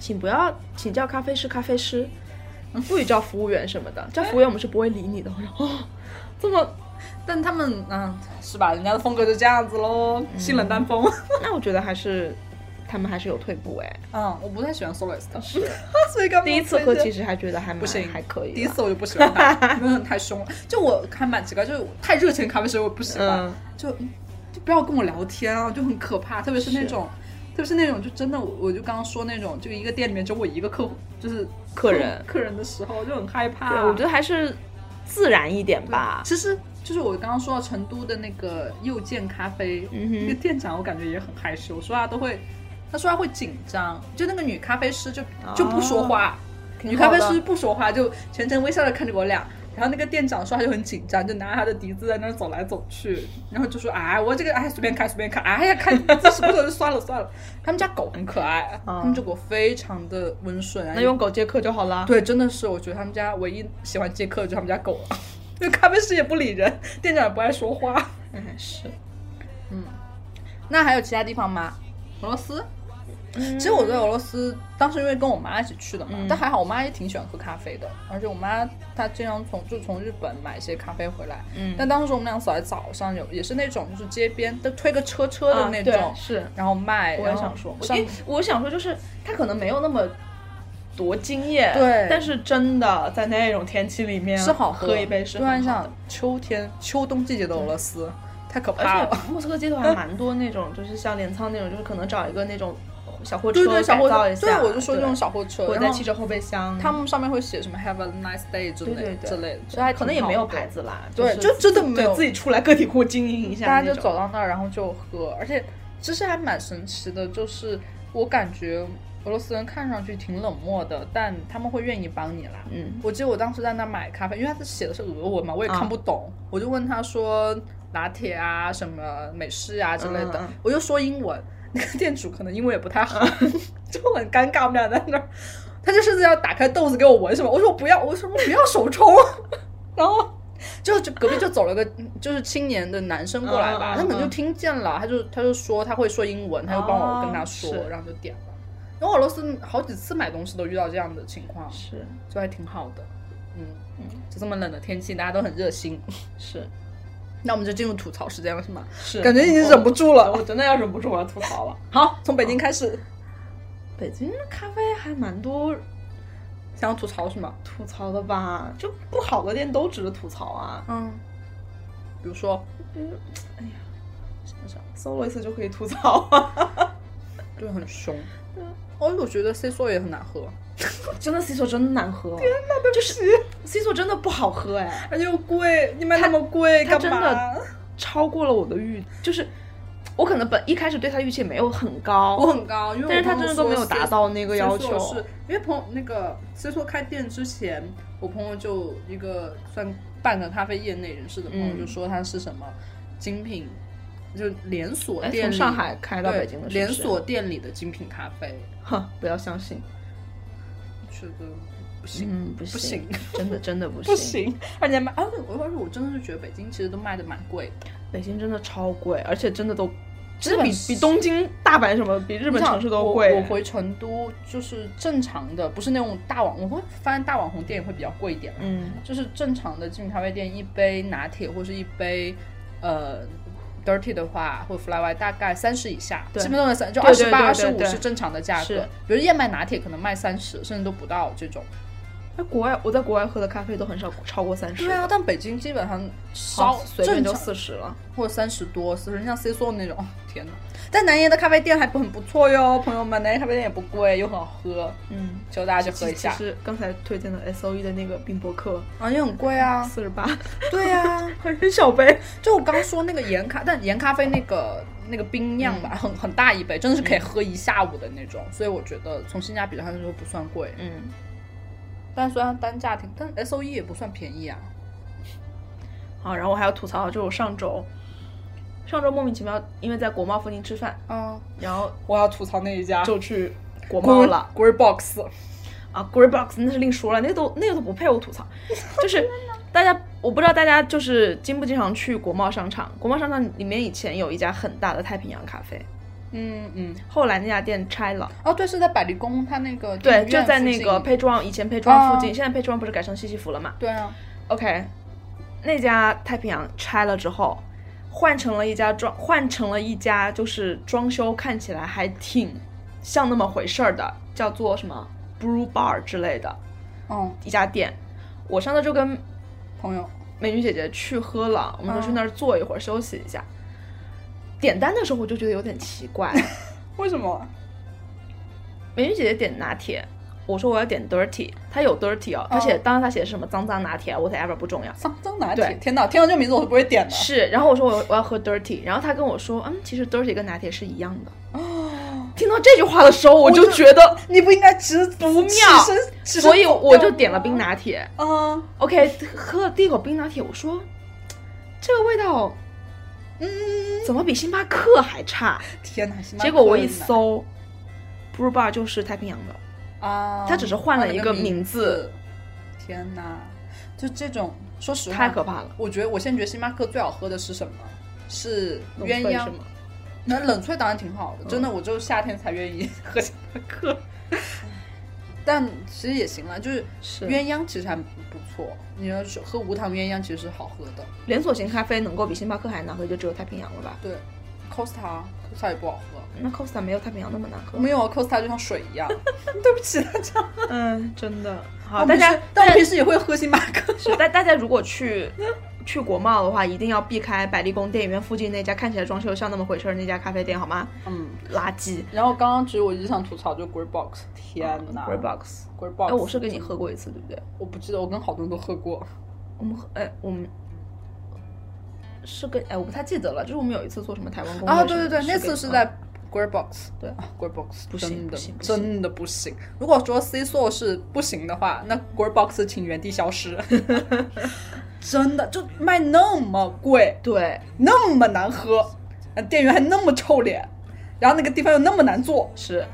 A: 请不要，请叫咖啡师，咖啡师，不许叫服务员什么的，叫服务员我们是不会理你的。我 说哦，这么，
B: 但他们嗯，是吧？人家的风格就这样子喽，
A: 嗯
B: 性冷淡 风。
A: 那我觉得还是他们还是有退步哎。
B: 嗯，我不太喜欢 soloist，
A: 是
B: 所以刚
A: 第一次喝其
B: 实
A: 实还觉得还蛮
B: 不行，
A: 还可以啦，
B: 第一次我就不喜欢他，因为太凶了。就我还蛮奇怪，就是太热情的咖啡师我不喜欢，
A: 嗯，
B: 就就不要跟我聊天啊，就很可怕，特别是那
A: 是
B: 种。特别是那种就真的，我我就刚刚说那种，就一个店里面就我一个客户，就是
A: 客人，
B: 客人的时候就很害怕。
A: 对，我觉得还是自然一点吧。
B: 其实就是我刚刚说到成都的那个右键咖啡，
A: 嗯
B: 那个
A: 哼，
B: 店长我感觉也很害羞，说话都会，他说话会紧张，就那个女咖啡师就
A: 哦
B: 就不说话，
A: 挺
B: 女咖
A: 哦好
B: 啡
A: 的
B: 师不说话，就全程微笑的看着我俩。然后那个店长说话就很紧张，就拿他的笛子在那儿走来走去，然后就说：“哎，我这个哎随便开随便开，哎呀开这是不是就算了算了。”他们家狗很可爱，
A: 哦
B: 他们这狗非常的温顺，哎
A: 那用狗接客就好啦。
B: 对，真的是，我觉得他们家唯一喜欢接客的就是他们家狗了， 因为咖啡师也不理人，店长也不爱说话。
A: 嗯，是。
B: 那还有其他地方吗？俄罗斯？其实我对俄罗斯当时因为跟我妈一起去的嘛，
A: 嗯
B: 但还好我妈也挺喜欢喝咖啡的，而且我妈她经常从就从日本买一些咖啡回来。
A: 嗯
B: 但当时我们俩走在早上有也是那种就是街边都推个车车的
A: 啊
B: 那
A: 对
B: 种，
A: 是。
B: 然后卖。
A: 哎我也想说，
B: 上
A: 因为我想说就是他可能没有那么多经验，
B: 对
A: 但是真的在那种天气里面
B: 是好喝，
A: 喝一杯是
B: 突然
A: 很好
B: 想
A: 的。嗯
B: 秋天秋冬季节的俄罗斯太可怕
A: 而
B: 了。
A: 且莫斯科街头还蛮多那种，就是像镰仓那种，就是可能找一个那种小货车
B: 对对，小货
A: 改造
B: 车，
A: 一下，
B: 对，我就说这种小货车，
A: 我
B: 然
A: 在
B: 后
A: 汽车后备箱，
B: 他们上面会写什么 “Have a nice day” 之
A: 对
B: 类
A: 对对
B: 之类的，
A: 就还可能也没有牌
B: 子，
A: 子啦，
B: 对，
A: 是
B: 就真的没有
A: 对自己出来个体户经营一下，
B: 大家就走。到那儿，然后就喝，而且其实还蛮神奇的，就是我感觉俄罗斯人看上去挺冷漠的，但他们会愿意帮你啦。
A: 嗯，
B: 我记得我当时在那买咖啡，因为他写的是俄文嘛，我也
A: 啊
B: 看不懂，我就问他说拿铁啊、什么美式啊之类的，
A: 嗯嗯嗯
B: 我就说英文，那个店主可能英文也不太好，
A: 嗯
B: 就很尴尬，我们俩在那儿，他就甚至要打开豆子给我闻什么，我说我不要，我说我不要手冲， 然后。就就隔壁就走了个就是青年的男生过来
A: 嗯
B: 吧，
A: 嗯嗯
B: 他可能就听见了，他就他就说他会说英文，他就帮我跟他
A: 哦
B: 说，
A: 是
B: 然后就点了。然后俄罗斯好几次买东西都遇到这样的情况，
A: 是
B: 就还挺好的。嗯嗯，就这么冷的天气，大家都很热心。
A: 是
B: 那我们就进入吐槽时间了，是吗？
A: 是，
B: 感觉已经忍不住
A: 我
B: 了。
A: 我真的要忍不住我要吐槽了。
B: 好，从北京开始，
A: 北京的咖啡还蛮多
B: 想要吐槽是吗？
A: 吐槽的吧，就不好的店都值得吐槽啊。
B: 嗯，比如说，
A: 嗯哎呀
B: 想想，
A: ，Soloist 就可以吐槽啊。
B: 就很凶。
A: 对
B: 哦，我觉得 C 座也很难喝，
A: 真的 C 座真的难喝，天哪，对不起，C 座真的不好喝哎，
B: 而且又贵，你买那么贵
A: 它
B: 干
A: 真
B: 嘛？
A: 的超过了我的预，就是我可能本一开始对他预期没有很高，
B: 我很高，因
A: 但
B: 为
A: 是他
B: 我
A: 真的
B: 朋友
A: 都没有
B: 说
A: 达
B: 是
A: 到那个要
B: 谁说
A: 求
B: 是。因为朋友那个谁说开店之前，我朋友就一个算半个咖啡业内人士的朋友
A: 嗯
B: 就说他是什么精品，就连锁
A: 哎，
B: 店
A: 从
B: 里
A: 上海开到
B: 对
A: 北京的，是不
B: 连
A: 是，
B: 锁店里的精品咖啡，
A: 哼，不要相信，
B: 我觉得不行。
A: 嗯，不
B: 不行，
A: 真的真的 不
B: 不行，而且卖，而且我而且我真的是觉得北京其实都卖的蛮贵的。
A: 北京真的超贵，而且真的都，真
B: 日
A: 的
B: 本
A: 比比东京、大阪什么，比日
B: 日
A: 本城市都贵。
B: 我。我回成都就是正常的，不是那种大网，我会发现大网红店也会比较贵一点嘛。
A: 嗯，
B: 就是正常的精品咖啡店，一杯拿铁或是一杯呃 dirty 的话，或者 fly white 大概三十以下，
A: 对
B: 基本都在三，就
A: 对
B: 二
A: 对
B: 十
A: 对
B: 八、二十
A: 对
B: 五
A: 对
B: 是正常的价格
A: 是。
B: 比如燕麦拿铁可能卖三十，甚至都不到这种。
A: 在国外，我在国外喝的咖啡都很少超过三十，
B: 对啊，但北京基本上
A: 好，
B: 稍
A: 烧随
B: 正
A: 便就
B: 常
A: 四十了。
B: 或者三十多、四十，像 C 座那种。哦天哪！但南爷的咖啡店还不很不错哟，朋友们，南爷咖啡店也不贵，又很好喝，
A: 嗯，
B: 求大家去喝
A: 其
B: 一
A: 其
B: 下。
A: 实刚才推荐的 S O E 的那个冰博客
B: 啊，也很贵啊。
A: 四十八，
B: 对啊，
A: 很小杯。
B: 就我刚说那个盐咖，但盐咖啡那个那个冰酿
A: 嗯
B: 吧，很很大一杯，真的是可以喝一下午的那种，所以我觉得从性价比上来说不算贵。
A: 嗯，
B: 但虽然单价挺，但 S O E 也不算便宜啊。
A: 好，然后我还要吐槽，就是我上周，上周莫名其妙因为在国贸附近吃饭，
B: 嗯，
A: 然后
B: 我要吐槽那一家
A: 就去国贸了。
B: g r e y Box，
A: 啊，Grey Box 那是另说了，那都那个都不配我吐 槽。就是大家，我不知道大家就是经不经常去国贸商场。国贸商场里面以前有一家很大的太平洋咖啡，
B: 嗯嗯，
A: 后来那家店拆了。嗯
B: 哦对，是在百丽宫，它那个电
A: 对，
B: 影
A: 就
B: 院
A: 在
B: 附
A: 那个
B: 近
A: 配装以前配装附近，
B: 哦
A: 现在配装不是改成西西弗了嘛
B: 对啊，
A: ？OK，那家太平洋拆了之后，换成了一家装，换成了一家就是装修看起来还挺像那么回事儿的，叫做什么 Brew Bar 之类的
B: 嗯，
A: 一家店。我上次就跟
B: 朋友，
A: 美女姐姐去喝了，我们说
B: 嗯
A: 去那儿坐一会儿、休息一下。点单的时候我就觉得有点奇怪，
B: 为什么？
A: 美女姐姐点拿铁，我说我要点 dirty，她有 dirty 哦，她写、当时她写的是什么脏脏拿铁，whatever 啊不重要。
B: 脏脏拿
A: 对
B: 铁，天哪，听到这个名字我是不会点的。
A: 是，然后我说我我要喝 dirty，然后她跟我说，嗯，其实 dirty 跟拿铁是一样的。听到这句话的时候，我就
B: 就
A: 觉得，
B: 你不应该直不
A: 妙
B: 身
A: 所以我就点了冰
B: 冰。
A: 拿铁。
B: 嗯，
A: OK，喝了第一口冰拿铁，我说这个味道，嗯，怎么比星巴克还差？
B: 天哪！星巴克
A: 结果我一
B: 呢
A: 搜，Brew Bar 就是太平洋的，
B: 啊，
A: 它只是换了一个
B: 换名
A: 名字。
B: 天哪，就这种，说实话，
A: 太可怕了。
B: 我觉得我现在觉得星巴克最好喝的是什么？是
A: 冷萃
B: 鸳鸯
A: 是吗。
B: 那冷萃当然挺好的，真的，我就夏天才愿意喝 星巴克。但其实也行了，就是
A: 是
B: 鸳鸯其实还不错。你要是喝无糖鸳鸯，其实是好喝的。
A: 连锁型咖啡能够比星巴克还难喝，就只有太平洋了吧？
B: 对，Costa，Costa 也不好喝。
A: 那 Costa 没有太平洋那么难喝。
B: 没有啊，Costa 就像水一样。对不起大家。
A: 嗯，真的。好，
B: 但
A: 大家，大
B: 但我
A: 家
B: 平时也会喝星巴克。
A: 是大大家如果去去国贸的话，一定要避开百丽宫电影院附近那家看起来装修像那么回事儿那家咖啡店，好吗？
B: 嗯，
A: 垃圾。
B: 然后刚刚其实我一直想吐槽，就 Grey Box，天哪
A: g r e y Box。
B: Grey
A: 哎，
B: Box，
A: 我是跟你喝过一次，对不对？
B: 我不记得，我跟好多人都喝过。
A: 我们喝，哎，我们。呃是跟哎，我不太记得了，就是我们有一次做什么台湾公
B: 啊，
A: 会
B: 对
A: 什么
B: 对对，那次
A: 跟
B: 是
A: 嗯
B: 在 Grey Box，
A: 对
B: 啊，Grey Box
A: 不行
B: 真
A: 不
B: 的
A: 行不行
B: 真的不行。如果说 C 座是不行的话，那 Grey Box 请原地消失。 真的就卖那么贵，
A: 对，
B: 那么难喝，呃店员还那么臭脸，然后那个地方又那么难做，
A: 是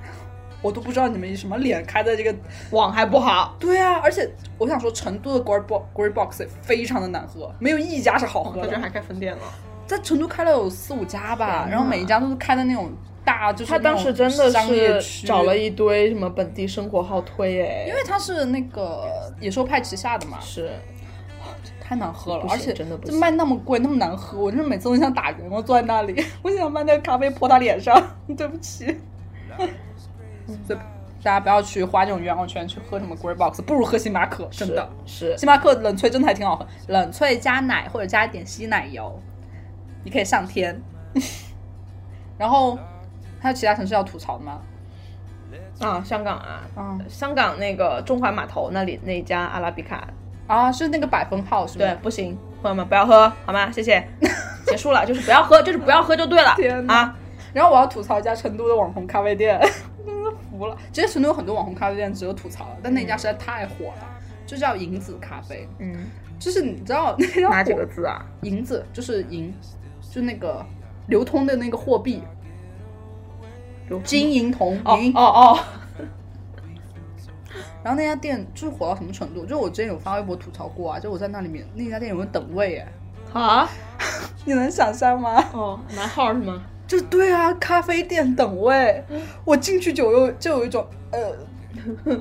B: 我都不知道你们以什么脸开在这个
A: 网还不 好，
B: 对啊，而且我想说，成都的 Grey Box Grey Box 也非常的难喝，没有一家是好喝
A: 他居然
B: 的。
A: 还开分店了。
B: 在成都开了有四五家
A: 天
B: 吧，
A: 哪
B: 然后每一家都是开的那种大，就是
A: 他当时真的
B: 那种商业
A: 是
B: 区
A: 找了，一堆什么本地生活号推
B: 因
A: 哎，
B: 为它是那个野兽派旗下的嘛，
A: 是
B: 太难喝了
A: 不，行
B: 而且
A: 真的不
B: 就
A: 行
B: 卖那么贵，那么难喝，我就是每次都想打人，我坐在那里， 我想把那个咖啡泼他脸上， 对不起。所以大家不要去花这种冤枉钱去喝什么 Grey Box，不如喝星巴克，真的。
A: 是
B: 星巴克冷萃真的还挺好喝，冷萃加奶或者加一点稀奶油，你可以上天。 然后还有其他城市要吐槽的吗？
A: 啊，香港啊，
B: 嗯
A: 香港那个中环码头那里那一家阿拉比卡，
B: 啊，是那个百分号是吗？
A: 嗯 对，不行，朋友们不要喝好吗？谢谢，结束了，就是不要喝，就是不要喝就对 了
B: 天哪
A: 啊！
B: 然后我要吐槽一家成都的网红咖啡店， 真的服了。其实成都有很多网红咖啡店值得吐槽的，但那家实在太火了，就叫银子咖啡。
A: 嗯，
B: 就是你知道那家
A: 哪几
B: 火
A: 个字啊？
B: 银子就是银，就那个流通的那个货币，金银铜
A: 哦
B: 银。
A: 哦哦，
B: 然后那家店就是火到什么程度？就我之前有发微博吐槽过啊，就我在那里面那家店有人等位哎，
A: 啊，
B: 你能想象吗？
A: 哦，买号是吗？
B: 就对啊，咖啡店等位，我进去就有就有一种呃，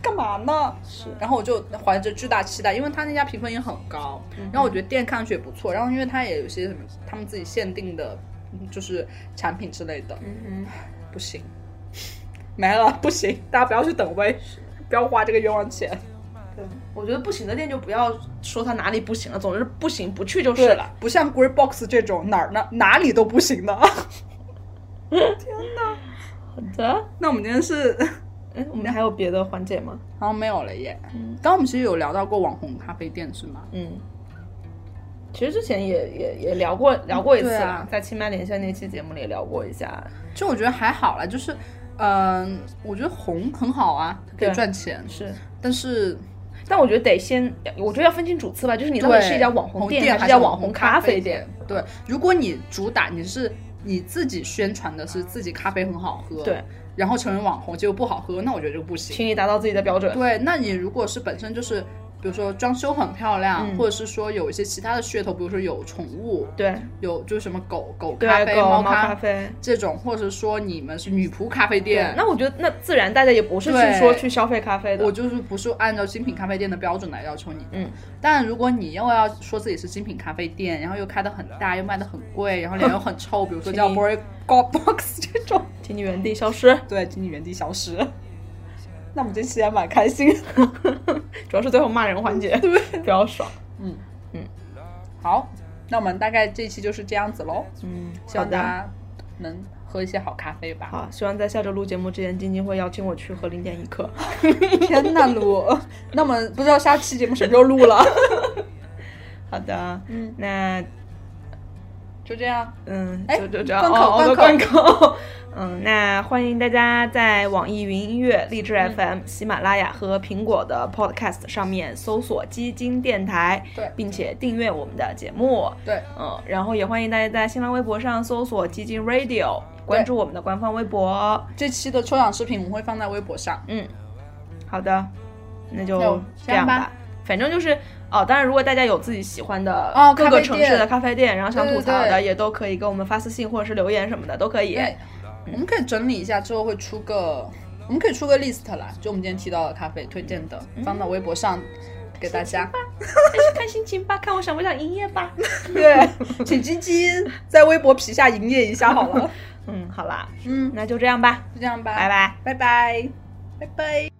B: 干嘛呢？
A: 是
B: 然后我就怀着巨大期待，因为他那家评分也很高，然后我觉得店看上去也不错，然后因为他也有些什么他们自己限定的，嗯就是产品之类的，
A: 嗯
B: 不行，没了，不行，大家不要去等位，不要花这个冤枉钱。
A: 对，我觉得不行的店就不要说它哪里不行了，总之不行不去就是
B: 对
A: 了。，
B: 不像 Great Box 这种哪儿哪哪里都不行的。
A: 好的，
B: 那我们今天是，
A: 哎，我们还有别的环节吗？
B: 好像没有了耶。
A: 嗯
B: 刚刚我们其实有聊到过网红咖啡店是吗？
A: 嗯，其实之前也也也聊过聊过一次
B: 对
A: 了，
B: 啊
A: 在清迈连线那期节目里也聊过一下。
B: 就我觉得还好啦，就是，嗯、我觉得红很好啊，可以
A: 对
B: 赚钱，
A: 是，
B: 但是
A: 但我觉得得先，我觉得要分清主次吧，就是你到底
B: 对
A: 是一家网
B: 红
A: 红店是一
B: 还是
A: 家网
B: 红
A: 红咖
B: 啡
A: 啡店？？
B: 对，如果你主打你是你自己宣传的是自己咖啡很好喝，
A: 对，
B: 然后成为网红结果不好喝，那我觉得这个不行。
A: 请你达到自己的标准。
B: 对，那你如果是本身就是，比如说装修很漂亮，
A: 嗯
B: 或者是说有一些其他的噱头，比如说有宠物，
A: 对
B: 有就是什么狗狗咖啡、
A: 对，狗
B: 猫
A: 猫
B: 咖
A: 咖啡。
B: 这种，或者是说你们是女仆咖啡
A: 对
B: 店，，
A: 那我觉得那自然大家也不是去说去消费咖啡的
B: 我。就是不是按照精品咖啡店的标准来要求你。
A: 嗯，
B: 但如果你又要说自己是精品咖啡店，然后又开的很大，又卖的很贵，然后脸又很臭，比如说叫
A: 请你
B: Boy God Box 这种，
A: 请你原地消失，
B: 对，请你原地消失。 那我们这期还蛮开心。
A: 主要是最后骂人环节， 对，比较爽。
B: 嗯
A: 嗯
B: 好，那我们大概这一期就是这样子喽，
A: 嗯，
B: 希
A: 好
B: 望大
A: 的。
B: 家能喝一些好咖啡吧。
A: 好，希望在下周录节目之前，晶晶会邀请我去喝零点一刻。
B: 天呐，卢， 那我们不知道下期节目什么时候录了，
A: 好的， 嗯，那
B: 就这样。
A: 嗯，
B: 哎
A: 就就这样，
B: 关口
A: 哦哦
B: 关
A: 关口。 嗯，那欢迎大家在网易云音乐、荔
B: 嗯
A: 枝 FM、喜马拉雅和苹果的 Podcast 上面搜索“基金电台”，
B: 对
A: 并且订阅我们的节目。
B: 对，
A: 嗯，然后也欢迎大家在新浪微博上搜索“基金 Radio”，关注我们的官方微博。哦
B: 这期的抽奖视频我们会放在微博上。
A: 嗯，好的，那
B: 那我
A: 就
B: 们
A: 这样
B: 这样
A: 吧
B: 吧。
A: 反正就是哦，当然，如果大家有自己喜欢的
B: 哦
A: 各
B: 咖
A: 个
B: 啡
A: 城
B: 店
A: 市的咖啡店，然后想
B: 对
A: 吐
B: 对
A: 槽的，
B: 对
A: 也都可以给我们发私信或者是留言什么的，都可以。哎
B: 对，我们可以整理一下，之后会出个，我们可以出个 list 啦，就我们今天提到的咖啡推荐的，放到微博上给大家。
A: 看心情吧，看我想不想营业吧。
B: 对，请鸡鸡在微博皮下营业一下好了。
A: 嗯，好啦，
B: 嗯，
A: 那就这样吧，
B: 就这样吧，
A: 拜，拜。
B: 拜拜，拜拜。